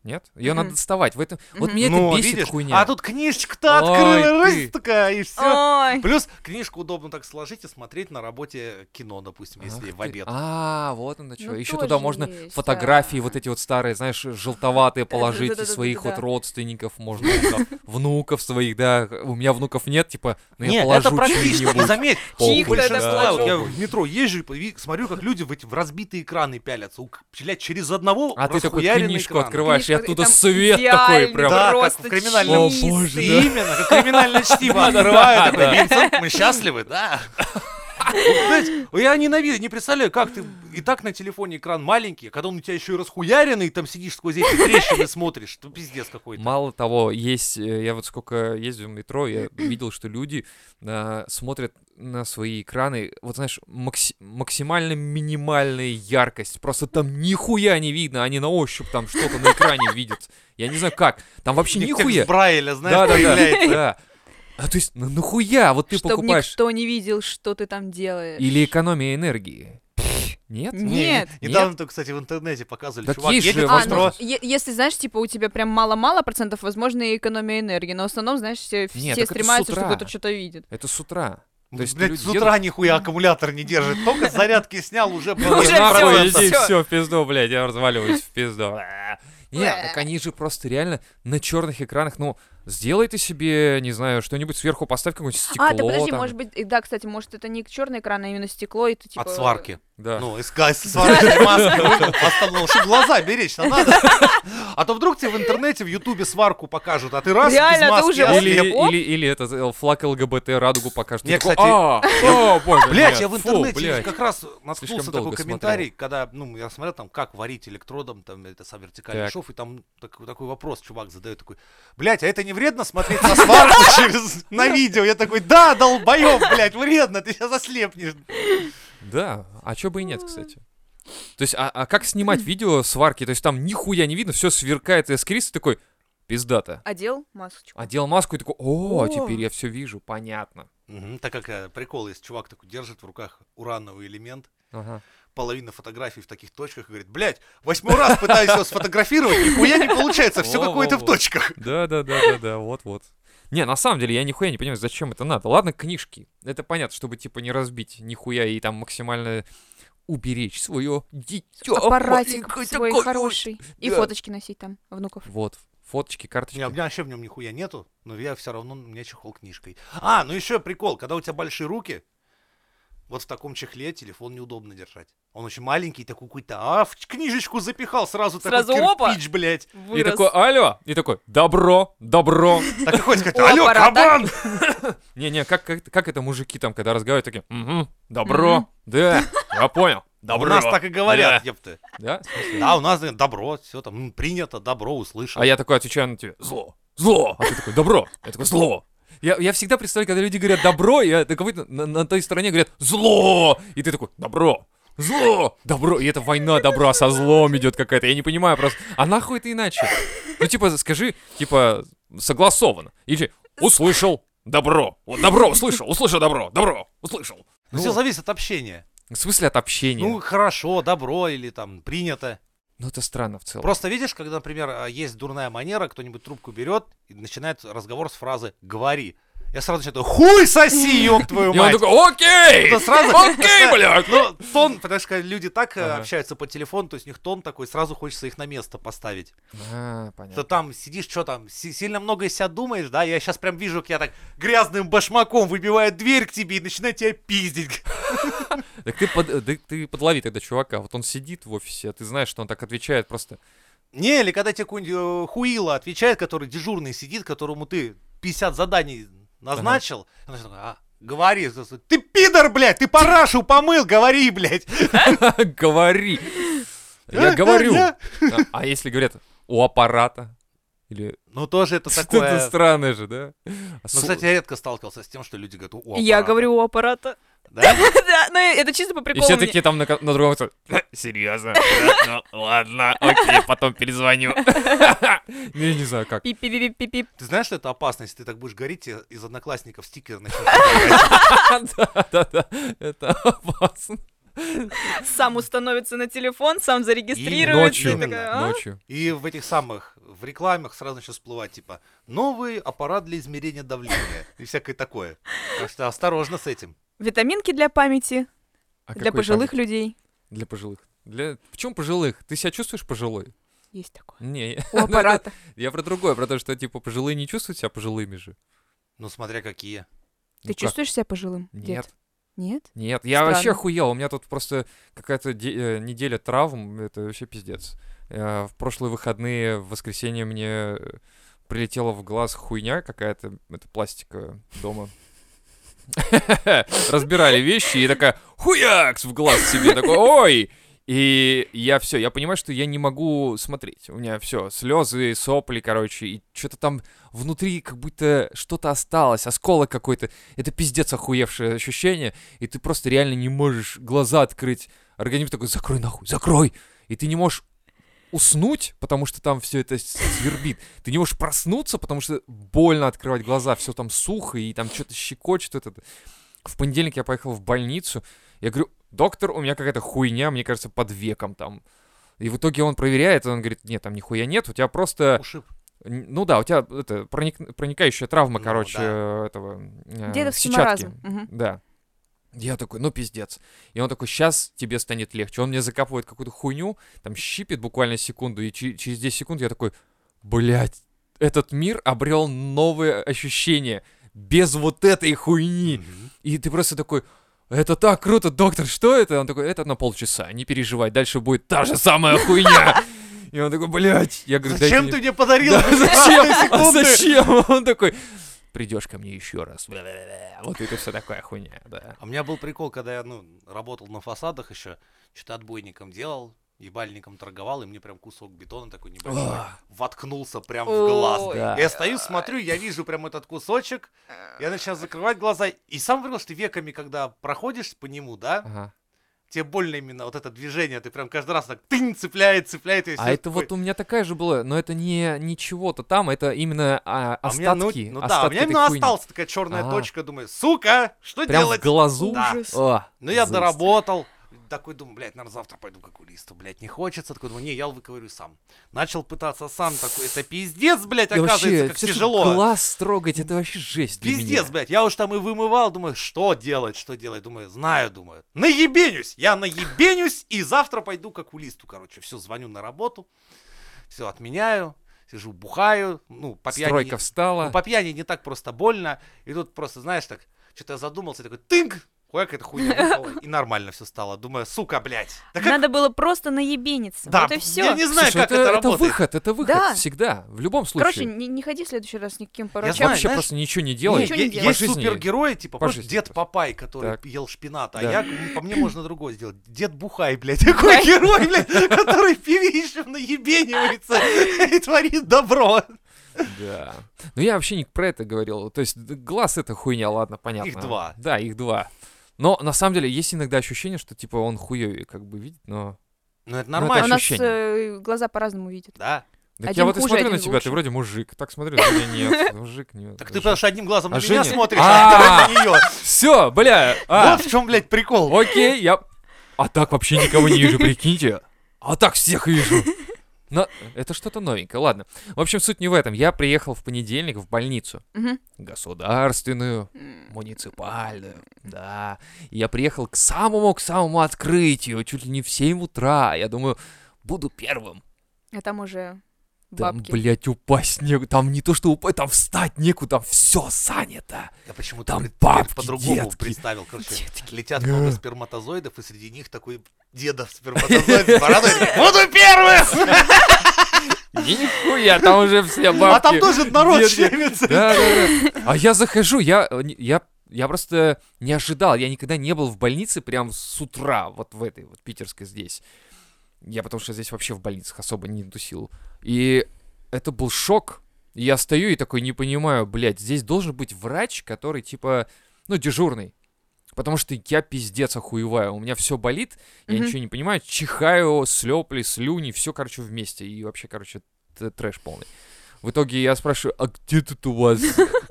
Speaker 2: нет? Ее надо
Speaker 1: Мгм.
Speaker 2: доставать. В этом... Вот
Speaker 1: Мгм.
Speaker 2: меня
Speaker 3: Ну,
Speaker 2: это бесит
Speaker 3: видишь?
Speaker 2: хуйня.
Speaker 3: А тут книжечка-то
Speaker 2: Ой,
Speaker 3: открыла,
Speaker 2: ты.
Speaker 3: раз такая, и все.
Speaker 1: Ой,
Speaker 3: Плюс книжку удобно так сложить и смотреть на работе кино, допустим,
Speaker 2: Ах
Speaker 3: если в
Speaker 2: ты.
Speaker 3: обед.
Speaker 2: А, вот оно что.
Speaker 1: Ну,
Speaker 2: Еще
Speaker 1: тоже
Speaker 2: туда можно
Speaker 1: есть, э,
Speaker 2: фотографии
Speaker 1: да.
Speaker 2: вот эти вот старые, знаешь, желтоватые положить из
Speaker 1: Да-да-да-да-да-да.
Speaker 2: своих вот родственников, можно
Speaker 3: Ну,
Speaker 2: там, внуков своих, да. У меня внуков нет, типа, ну я
Speaker 3: Нет,
Speaker 2: положу
Speaker 3: это практично,
Speaker 2: чьи-нибудь.
Speaker 3: заметь, у
Speaker 1: Чьих-то это
Speaker 3: большинства, вот я
Speaker 2: положу.
Speaker 3: в метро езжу и пови- смотрю, как люди в, эти, в разбитые экраны пялятся, У- блядь, через одного
Speaker 2: А ты такой
Speaker 3: расхуяренный
Speaker 2: книжку
Speaker 3: экран.
Speaker 2: открываешь, и
Speaker 1: книжка,
Speaker 2: оттуда
Speaker 1: там
Speaker 2: свет такой
Speaker 1: идеальный
Speaker 2: прям.
Speaker 3: Да, как
Speaker 1: просто
Speaker 3: в криминальном.
Speaker 2: О, боже,
Speaker 1: чистый.
Speaker 2: да.
Speaker 3: Именно, как криминальное чтиво
Speaker 2: Да,
Speaker 3: открываю,
Speaker 2: да.
Speaker 3: такой, «Винсент, мы счастливы, да. Знаете, Я ненавижу, не представляю, как ты и так на телефоне экран маленький, а когда он у тебя еще и расхуяренный, там сидишь сквозь эти трещины смотришь, то пиздец какой-то.
Speaker 2: Мало того, есть, э, я вот сколько ездил в метро, я видел, что люди э, смотрят на свои экраны, вот знаешь, макси- максимально минимальная яркость, просто там нихуя не видно, они на ощупь там что-то на экране видят. Я не знаю как, там вообще
Speaker 3: Как текст
Speaker 2: нихуя. Да,
Speaker 3: Брайля,
Speaker 2: да,
Speaker 3: знаешь,
Speaker 2: да,
Speaker 3: появляется.
Speaker 2: да. А то есть, ну нахуя, вот ты
Speaker 1: чтобы
Speaker 2: покупаешь.
Speaker 1: никто не видел, что ты там делаешь.
Speaker 2: Или экономия энергии.
Speaker 1: Нет.
Speaker 2: Нет? Нет.
Speaker 3: Недавно-то, кстати, в интернете показывали,
Speaker 2: Так
Speaker 3: чувак
Speaker 2: есть же
Speaker 3: едет в
Speaker 1: А,
Speaker 3: метро.
Speaker 1: ну,
Speaker 2: возможность.
Speaker 1: е- если, знаешь, типа, у тебя прям мало-мало процентов, возможно, и экономия энергии. Но в основном, знаешь, все,
Speaker 2: Нет,
Speaker 1: все
Speaker 2: так это с
Speaker 1: стремаются,
Speaker 2: утра.
Speaker 1: что кто-то что-то видит.
Speaker 2: Это с утра. То есть
Speaker 3: Блядь,
Speaker 2: люди
Speaker 3: с утра нихуя аккумулятор не держит. Только с зарядки снял, уже было
Speaker 1: Уже
Speaker 3: нахуй
Speaker 1: всё,
Speaker 2: Нахуй,
Speaker 3: это.
Speaker 2: иди,
Speaker 1: всё.
Speaker 2: все, в пизду, блядь, я разваливаюсь в пизду. Не,
Speaker 1: Бэ.
Speaker 2: так они же просто реально на черных экранах, ну, сделай ты себе, не знаю, что-нибудь сверху поставь, какое-нибудь стекло.
Speaker 1: а, да подожди,
Speaker 2: там.
Speaker 1: может быть, и да, кстати, может, это не черный экран, а именно стекло, и ты типа...
Speaker 3: От сварки.
Speaker 2: Да.
Speaker 3: Ну, из ка- из сварочной маски ну, вышел, поставил, чтобы глаза беречь-то надо. А то вдруг тебе в интернете, в ютубе сварку покажут, а ты раз
Speaker 1: Реально,
Speaker 3: без
Speaker 1: ты
Speaker 3: маски.
Speaker 1: уже
Speaker 3: а
Speaker 1: вот-
Speaker 2: или,
Speaker 3: слеп.
Speaker 1: оп.
Speaker 2: или, или этот э, флаг ЛГБТ радугу покажет. Ты
Speaker 3: Не,
Speaker 2: такой,
Speaker 3: кстати,
Speaker 2: «А, о, боже,
Speaker 3: Блять,
Speaker 2: нет,
Speaker 3: я в
Speaker 2: фу,
Speaker 3: интернете
Speaker 2: блядь».
Speaker 3: как раз
Speaker 2: Слишком
Speaker 3: наткнулся
Speaker 2: долго
Speaker 3: такой комментарий, когда, ну, я смотрел там, как варить электродом, там, это сам вертикальный
Speaker 2: Так.
Speaker 3: шов, и там так- такой вопрос чувак задает, такой, блять, а это не вредно смотреть на сварку через, на видео? Я такой, да, долбоёб, блять, вредно, ты сейчас ослепнешь.
Speaker 2: Да, а чё бы и нет, кстати. То есть, а, а как снимать видео сварки? То есть там нихуя не видно, все сверкает и искрится, ты такой, пиздата.
Speaker 1: Одел масочку.
Speaker 2: Одел маску и такой, о,
Speaker 1: О.
Speaker 2: теперь я все вижу, понятно.
Speaker 3: Мгм, так как э, прикол, если чувак такой держит в руках урановый элемент,
Speaker 2: Ага.
Speaker 3: половина фотографий в таких точках и говорит, блядь, восьмой раз пытаюсь его сфотографировать, нихуя не получается, все какое-то в
Speaker 2: Во-во-во.
Speaker 3: точках.
Speaker 2: Да, да, да, да, да, вот, вот. Не, на самом деле, я нихуя не понимаю, зачем это надо. Ладно, книжки. Это понятно, чтобы, типа, не разбить нихуя и там максимально уберечь свое дитё.
Speaker 1: Аппаратик
Speaker 2: маленькое
Speaker 1: свой
Speaker 2: такое.
Speaker 1: хороший. И
Speaker 2: да.
Speaker 1: фоточки носить там, внуков.
Speaker 2: Вот, фоточки, карточки.
Speaker 3: Не, у меня вообще в нем нихуя нету, но я все равно, у меня чехол книжкой. А, ну еще прикол, когда у тебя большие руки, вот в таком чехле телефон неудобно держать. Он очень маленький, такой какой-то, а, в книжечку запихал сразу,
Speaker 1: Сразу
Speaker 3: такой
Speaker 1: опа!
Speaker 3: кирпич, блядь.
Speaker 2: И такой, «А, алло, и такой, добро, добро.
Speaker 3: Так и хочешь сказать,
Speaker 1: У
Speaker 3: алло,
Speaker 1: аппарата.
Speaker 3: кабан!
Speaker 2: Не-не, как, как, как это мужики там, когда разговаривают, такие, «Мгм, добро,
Speaker 1: Мгм.
Speaker 2: да, я понял,
Speaker 3: У
Speaker 2: добро.
Speaker 3: нас так и говорят, ёпты.
Speaker 2: Да? В смысле?
Speaker 3: Да, у нас э, добро, все там, м, принято, добро, услышал.
Speaker 2: А я такой отвечаю на тебе, зло, зло, а ты такой, добро, я такой, зло. Я, я всегда представляю, когда люди говорят добро, я это как будто на, на той стороне говорят зло, и ты такой, добро, зло, добро, и это война добра со злом идет какая-то, я не понимаю просто, а нахуй это иначе? Ну типа скажи, типа согласованно, или услышал добро, вот добро услышал, услышал добро, добро, услышал.
Speaker 3: Ну,
Speaker 2: Ну,
Speaker 3: все зависит от общения.
Speaker 2: в смысле от общения?
Speaker 3: Ну,
Speaker 2: Ну,
Speaker 3: хорошо, добро или там принято.
Speaker 2: это странно в целом.
Speaker 3: Просто видишь, когда, например, а, есть дурная манера, кто-нибудь трубку берет и начинает разговор с фразы «говори». Я сразу начинаю «хуй соси, ёб твою
Speaker 2: И он
Speaker 3: мать!»
Speaker 2: такой, окей,
Speaker 3: Это сразу...
Speaker 2: окей, блядь.
Speaker 3: Ну, тон, потому что люди так э,
Speaker 2: Ага.
Speaker 3: общаются по телефону, то есть у них тон такой, сразу хочется их на место поставить.
Speaker 2: А,
Speaker 3: Ты
Speaker 2: понятно.
Speaker 3: там сидишь, что там, си- сильно много из себя думаешь, да? Я сейчас прям вижу, как я так грязным башмаком выбиваю дверь к тебе и начинаю тебя пиздить.
Speaker 2: Так ты, под- э, да ты подлови тогда чувака. Вот он сидит в офисе, а ты знаешь, что он так отвечает просто.
Speaker 3: Не, или когда тебе какой-нибудь, э, хуила отвечает, который дежурный сидит, которому ты 50 заданий назначил, он начинает, «А, говори, ты пидор, блядь, ты парашу помыл, говори, блядь.
Speaker 2: Говори. Я
Speaker 3: А,
Speaker 2: говорю.
Speaker 3: а,
Speaker 2: А- А если говорят у аппарата? Или
Speaker 3: Ну, тоже это
Speaker 2: что-то
Speaker 3: такое...
Speaker 2: странное же, да? А
Speaker 3: Ну,
Speaker 2: Су-
Speaker 3: кстати, я редко сталкивался с тем, что люди говорят, о,
Speaker 1: Я
Speaker 3: аппарат».
Speaker 1: говорю у аппарата.
Speaker 3: Да?
Speaker 1: Да, ну это чисто по
Speaker 2: И
Speaker 1: приколу.
Speaker 2: все
Speaker 1: мне.
Speaker 2: такие там на, ко- на другом конце, «Ха, Серьезно? Да, Ну ладно, окей, потом перезвоню. Ну, Я не знаю как.
Speaker 1: Пип-пип-пип-пип.
Speaker 3: Ты знаешь, что это опасно, если ты так будешь говорить, тебе из одноклассников стикеры начнут
Speaker 2: Да-да-да, это опасно.
Speaker 1: Сам установится на телефон, сам зарегистрируется.
Speaker 2: Ночью,
Speaker 1: и
Speaker 3: Именно.
Speaker 1: такая, «А,
Speaker 2: ночью.
Speaker 3: И в этих самых, в рекламах сразу начнет всплывать, типа, новый аппарат для измерения давления и всякое такое. Так что осторожно с этим.
Speaker 1: Витаминки для памяти,
Speaker 2: А
Speaker 1: для
Speaker 2: какой
Speaker 1: пожилых
Speaker 2: память?
Speaker 1: людей.
Speaker 2: Для пожилых. Для... Почему пожилых? Ты себя чувствуешь пожилой?
Speaker 1: Есть такое.
Speaker 2: Не, я-
Speaker 1: У аппарата.
Speaker 2: я про другое, про то, что, типа, пожилые не чувствуют себя пожилыми же.
Speaker 3: Ну, смотря какие.
Speaker 1: Ты
Speaker 2: Ну как?
Speaker 1: чувствуешь себя пожилым? дед?
Speaker 2: Нет.
Speaker 1: Нет?
Speaker 2: Нет, я
Speaker 1: Странно.
Speaker 2: вообще охуел. У меня тут просто какая-то де- э, неделя травм. Это вообще пиздец. Э, В прошлые выходные, в воскресенье мне э, прилетела в глаз хуйня какая-то. Это пластика дома. Разбирали вещи и такая хуякс в глаз себе. Такой, ой! И я все, я понимаю, что я не могу смотреть. У меня все, слезы, сопли, короче, и что-то там внутри как будто что-то осталось, осколок какой-то. Это пиздец охуевшее ощущение и ты просто реально не можешь глаза открыть. Организм такой, закрой нахуй, закрой. И ты не можешь уснуть, потому что там все это с- свербит. Ты не можешь проснуться, потому что больно открывать глаза, все там сухо, и там что-то щекочет. вот это. В понедельник я поехал в больницу. Я говорю, доктор, у меня какая-то хуйня, мне кажется, под веком там. И в итоге он проверяет, и он говорит, нет, там нихуя нет, у тебя просто...
Speaker 3: Ушиб.
Speaker 2: н- Ну да, у тебя это, проник- проникающая травма,
Speaker 3: Ну
Speaker 2: короче,
Speaker 3: да.
Speaker 2: э, этого... э,
Speaker 1: Дедовский
Speaker 2: сетчатки.
Speaker 1: маразм. Мгм.
Speaker 2: Да. Я такой, ну пиздец. И он такой, сейчас тебе станет легче. Он мне закапывает какую-то хуйню, там щипит буквально секунду, и че- через 10 секунд я такой, блядь, этот мир обрел новые ощущения без вот этой хуйни.
Speaker 3: Мгм.
Speaker 2: И ты просто такой, это так круто, доктор, что это? Он такой, это на полчаса, не переживай, дальше будет та же самая хуйня. И он такой, блядь. Я говорю, «Дайте
Speaker 3: Зачем
Speaker 2: мне-
Speaker 3: ты мне подарил?
Speaker 2: да, зачем? А
Speaker 3: секунды.
Speaker 2: зачем? Он такой, придешь ко мне еще раз. Бля-бля-бля. Вот это все такая хуйня, да.
Speaker 3: А У меня был прикол, когда я ну, работал на фасадах еще, что-то отбойником делал, ебальником торговал, и мне прям кусок бетона такой небольшой
Speaker 2: Ах.
Speaker 3: воткнулся прям в глаз.
Speaker 1: Ой.
Speaker 2: Да.
Speaker 3: Я стою, смотрю, я вижу прям этот кусочек, я начинаю закрывать глаза, и сам прикол, что веками, когда проходишь по нему, да,
Speaker 2: Ага.
Speaker 3: тебе больно именно вот это движение, ты прям каждый раз так тынь, цепляет, цепляет. И
Speaker 2: А это вот у меня такая же была, но это не, не чего-то там, это именно а,
Speaker 3: а у меня, ну,
Speaker 2: остатки.
Speaker 3: ну да, у
Speaker 2: остатки
Speaker 3: меня
Speaker 2: этой
Speaker 3: именно
Speaker 2: хуйни.
Speaker 3: осталась такая черная
Speaker 2: А.
Speaker 3: точка, думаю, сука, что
Speaker 2: Прям
Speaker 3: делать?
Speaker 2: в глазу.
Speaker 3: Да.
Speaker 1: Ужас.
Speaker 2: А,
Speaker 3: Ну, я
Speaker 2: жесть.
Speaker 3: доработал. Такой думаю, блядь, наверное, завтра пойду к окулисту, блядь, не хочется. Такой думаю, не, я выковырю сам. Начал пытаться сам такой, это пиздец, блядь,
Speaker 2: Да
Speaker 3: оказывается,
Speaker 2: вообще,
Speaker 3: как
Speaker 2: всё, что
Speaker 3: тяжело.
Speaker 2: Глаз трогать, это вообще жесть для
Speaker 3: Пиздец,
Speaker 2: меня.
Speaker 3: блядь, я уж там и вымывал, думаю, что делать, что делать, думаю, знаю, думаю, наебенюсь, я наебенюсь, и завтра пойду к окулисту, короче, все, звоню на работу, все отменяю, сижу, бухаю, ну, по пьяни не-
Speaker 2: Стройка встала.
Speaker 3: ну, по пьяни не так просто больно. И тут просто, знаешь, так, что-то я задумался, и такой тынк, хуя какая-то хуйня выпала, и нормально все стало. Думаю, сука, блядь. Да как-
Speaker 1: Надо было просто наебениться.
Speaker 3: да,
Speaker 1: вот и все.
Speaker 3: Я не знаю,
Speaker 2: Слушай,
Speaker 3: как это, работает.
Speaker 2: выход, это выход
Speaker 1: Да.
Speaker 2: всегда, в любом случае.
Speaker 1: Короче, не, не ходи в следующий раз ни к кем
Speaker 3: Я
Speaker 1: поручать.
Speaker 3: знаю,
Speaker 2: вообще
Speaker 3: знаешь,
Speaker 2: просто ничего не
Speaker 3: Не,
Speaker 2: делай.
Speaker 1: Ничего не
Speaker 3: е-
Speaker 1: делай.
Speaker 3: Есть
Speaker 2: По жизни.
Speaker 3: супергерои, типа,
Speaker 2: По
Speaker 3: вот
Speaker 2: жизни
Speaker 3: дед
Speaker 2: просто.
Speaker 3: Папай, который
Speaker 2: Так.
Speaker 3: ел шпината,
Speaker 2: Да.
Speaker 3: а я, м, по мне можно другое сделать. Дед Бухай, блядь, такой герой, блядь, который певищем наебенивается и творит добро. Ну,
Speaker 2: Да. Ну я вообще не про это говорил. То есть д- глаз это хуйня, ладно, понятно.
Speaker 3: Их два.
Speaker 2: Да, их два. Но на самом деле есть иногда ощущение, что типа он хуёвый как бы видит, но...
Speaker 3: Ну, это
Speaker 1: А у
Speaker 3: нормально.
Speaker 1: нас
Speaker 2: ощущение.
Speaker 1: э, глаза по-разному видят.
Speaker 3: Да.
Speaker 2: Так
Speaker 1: Один
Speaker 2: я вот и
Speaker 1: хуже,
Speaker 2: смотрю на
Speaker 1: один
Speaker 2: тебя, ты
Speaker 1: лучше.
Speaker 2: вроде мужик. Так смотрю, на меня нет, мужик нет.
Speaker 3: Так ты потому что одним глазом
Speaker 2: А
Speaker 3: на меня
Speaker 2: Женя?
Speaker 3: смотришь, а вторым на нее.
Speaker 2: Все, бля, а,
Speaker 3: Вот в чем, блядь, прикол.
Speaker 2: окей, я... А так вообще никого не вижу, прикиньте. А так всех вижу. Но это что-то новенькое, ладно. В общем, суть не в этом. Я приехал в понедельник в больницу.
Speaker 1: Мгм.
Speaker 2: Государственную.
Speaker 1: М.
Speaker 2: муниципальную, да. И я приехал к самому, к самому открытию, чуть ли не в 7 утра. Я думаю, буду первым.
Speaker 1: А там уже
Speaker 2: Там,
Speaker 1: бабки.
Speaker 2: блядь, упасть некуда. Там не то, что упасть, там встать некуда, там все занято.
Speaker 3: Я почему-то
Speaker 2: Там
Speaker 3: пред-
Speaker 2: бабки,
Speaker 3: по-другому
Speaker 2: детки.
Speaker 3: представил. Короче,
Speaker 2: Детки.
Speaker 3: летят много сперматозоидов, и среди них такой дедов сперматозоид с бородой. Буду первым!
Speaker 2: И нихуя, там уже все бабки.
Speaker 3: А там тоже народ
Speaker 2: детки.
Speaker 3: щемится.
Speaker 2: Да, да, да. А я захожу, я, э, не- я, я просто не ожидал, я никогда не был в больнице прям с утра, вот в этой, вот питерской здесь. Я потому что здесь вообще в больницах особо не тусил. И это был шок. И Я стою и такой не понимаю, блядь, здесь должен быть врач, который типа, ну, дежурный. Потому что я пиздец охуеваю, у меня все болит, я
Speaker 1: Мгм.
Speaker 2: ничего не понимаю, чихаю, слепли, слюни, все, короче, вместе. И вообще, короче, т- трэш полный. В итоге я спрашиваю, а где тут у вас,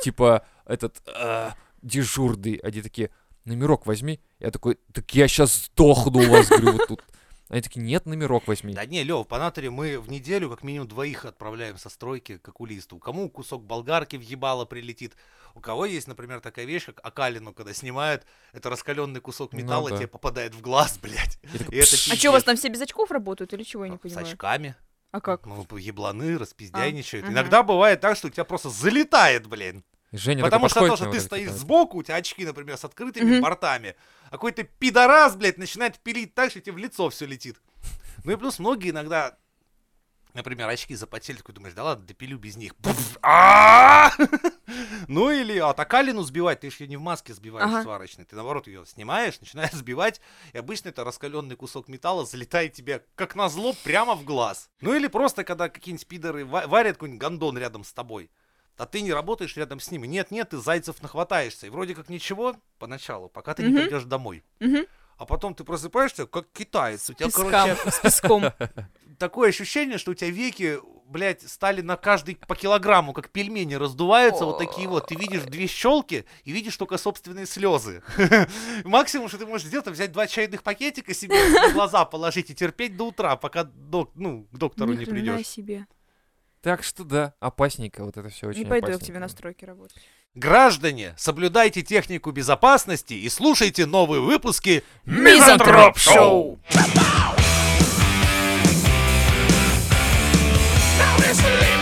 Speaker 2: типа, этот а, дежурный? Они такие, номерок возьми. Я такой, так я сейчас сдохну у вас, говорю, вот тут. Они такие, нет, номерок возьми.
Speaker 3: Да не, Лев, по натуре мы в неделю как минимум двоих отправляем со стройки к окулисту. Кому кусок болгарки в ебало прилетит, у кого есть, например, такая вещь, как окалину, когда снимают, это раскаленный кусок
Speaker 2: Ну
Speaker 3: металла
Speaker 2: да.
Speaker 3: тебе попадает в глаз, блядь.
Speaker 2: Я такой,
Speaker 3: И это
Speaker 2: «Пш».
Speaker 1: А что, у вас там все без очков работают или чего, я не
Speaker 3: Ну, С
Speaker 1: понимаю?
Speaker 3: очками.
Speaker 1: А как?
Speaker 3: Ну, ебланы, распиздяйничают.
Speaker 1: А, мгм.
Speaker 3: Иногда бывает так, что у тебя просто залетает, блин.
Speaker 2: И Женя
Speaker 3: Потому
Speaker 2: такой
Speaker 3: что
Speaker 2: подходит
Speaker 3: тоже
Speaker 2: ко
Speaker 3: ты
Speaker 2: мне,
Speaker 3: стоишь
Speaker 2: такой,
Speaker 3: сбоку, у тебя очки, например, с открытыми
Speaker 1: Мгм.
Speaker 3: бортами, а какой-то пидорас, блядь, начинает пилить так, что тебе в лицо все летит. Ну и плюс многие иногда, например, очки запотели, такой думаешь, да ладно, допилю без них. Пф, а! Ну или атакалину сбивать, ты же ее не в маске сбиваешь
Speaker 1: Ага.
Speaker 3: сварочной, ты наоборот ее снимаешь, начинаешь сбивать, и обычно это раскаленный кусок металла залетает тебе, как назло, прямо в глаз. Ну или просто, когда какие-нибудь пидоры ва- варят какой-нибудь гондон рядом с тобой, а ты не работаешь рядом с ними. Нет, нет, ты зайцев нахватаешься. И вроде как ничего поначалу, пока ты не
Speaker 1: Мгм.
Speaker 3: придешь домой.
Speaker 1: Мгм.
Speaker 3: А потом ты просыпаешься, как китаец. У тебя,
Speaker 1: Пескам,
Speaker 3: короче,
Speaker 1: с песком.
Speaker 3: такое ощущение, что у тебя веки, блядь, стали на каждый по килограмму, как пельмени раздуваются, вот такие вот. Ты видишь две щелки и видишь только собственные слезы. Максимум, что ты можешь сделать, это взять два чайных пакетика себе в глаза положить и терпеть до утра, пока док- ну, к доктору
Speaker 1: Ни
Speaker 3: не
Speaker 1: хрена
Speaker 3: придешь.
Speaker 1: себе.
Speaker 2: Так что да, опасненько вот это все очень
Speaker 1: Не пойду я к
Speaker 2: опасненько.
Speaker 1: тебе на стройке работать.
Speaker 3: Граждане, соблюдайте технику безопасности и слушайте новые выпуски
Speaker 1: Мизантроп Шоу!
Speaker 4: Now listen, ladies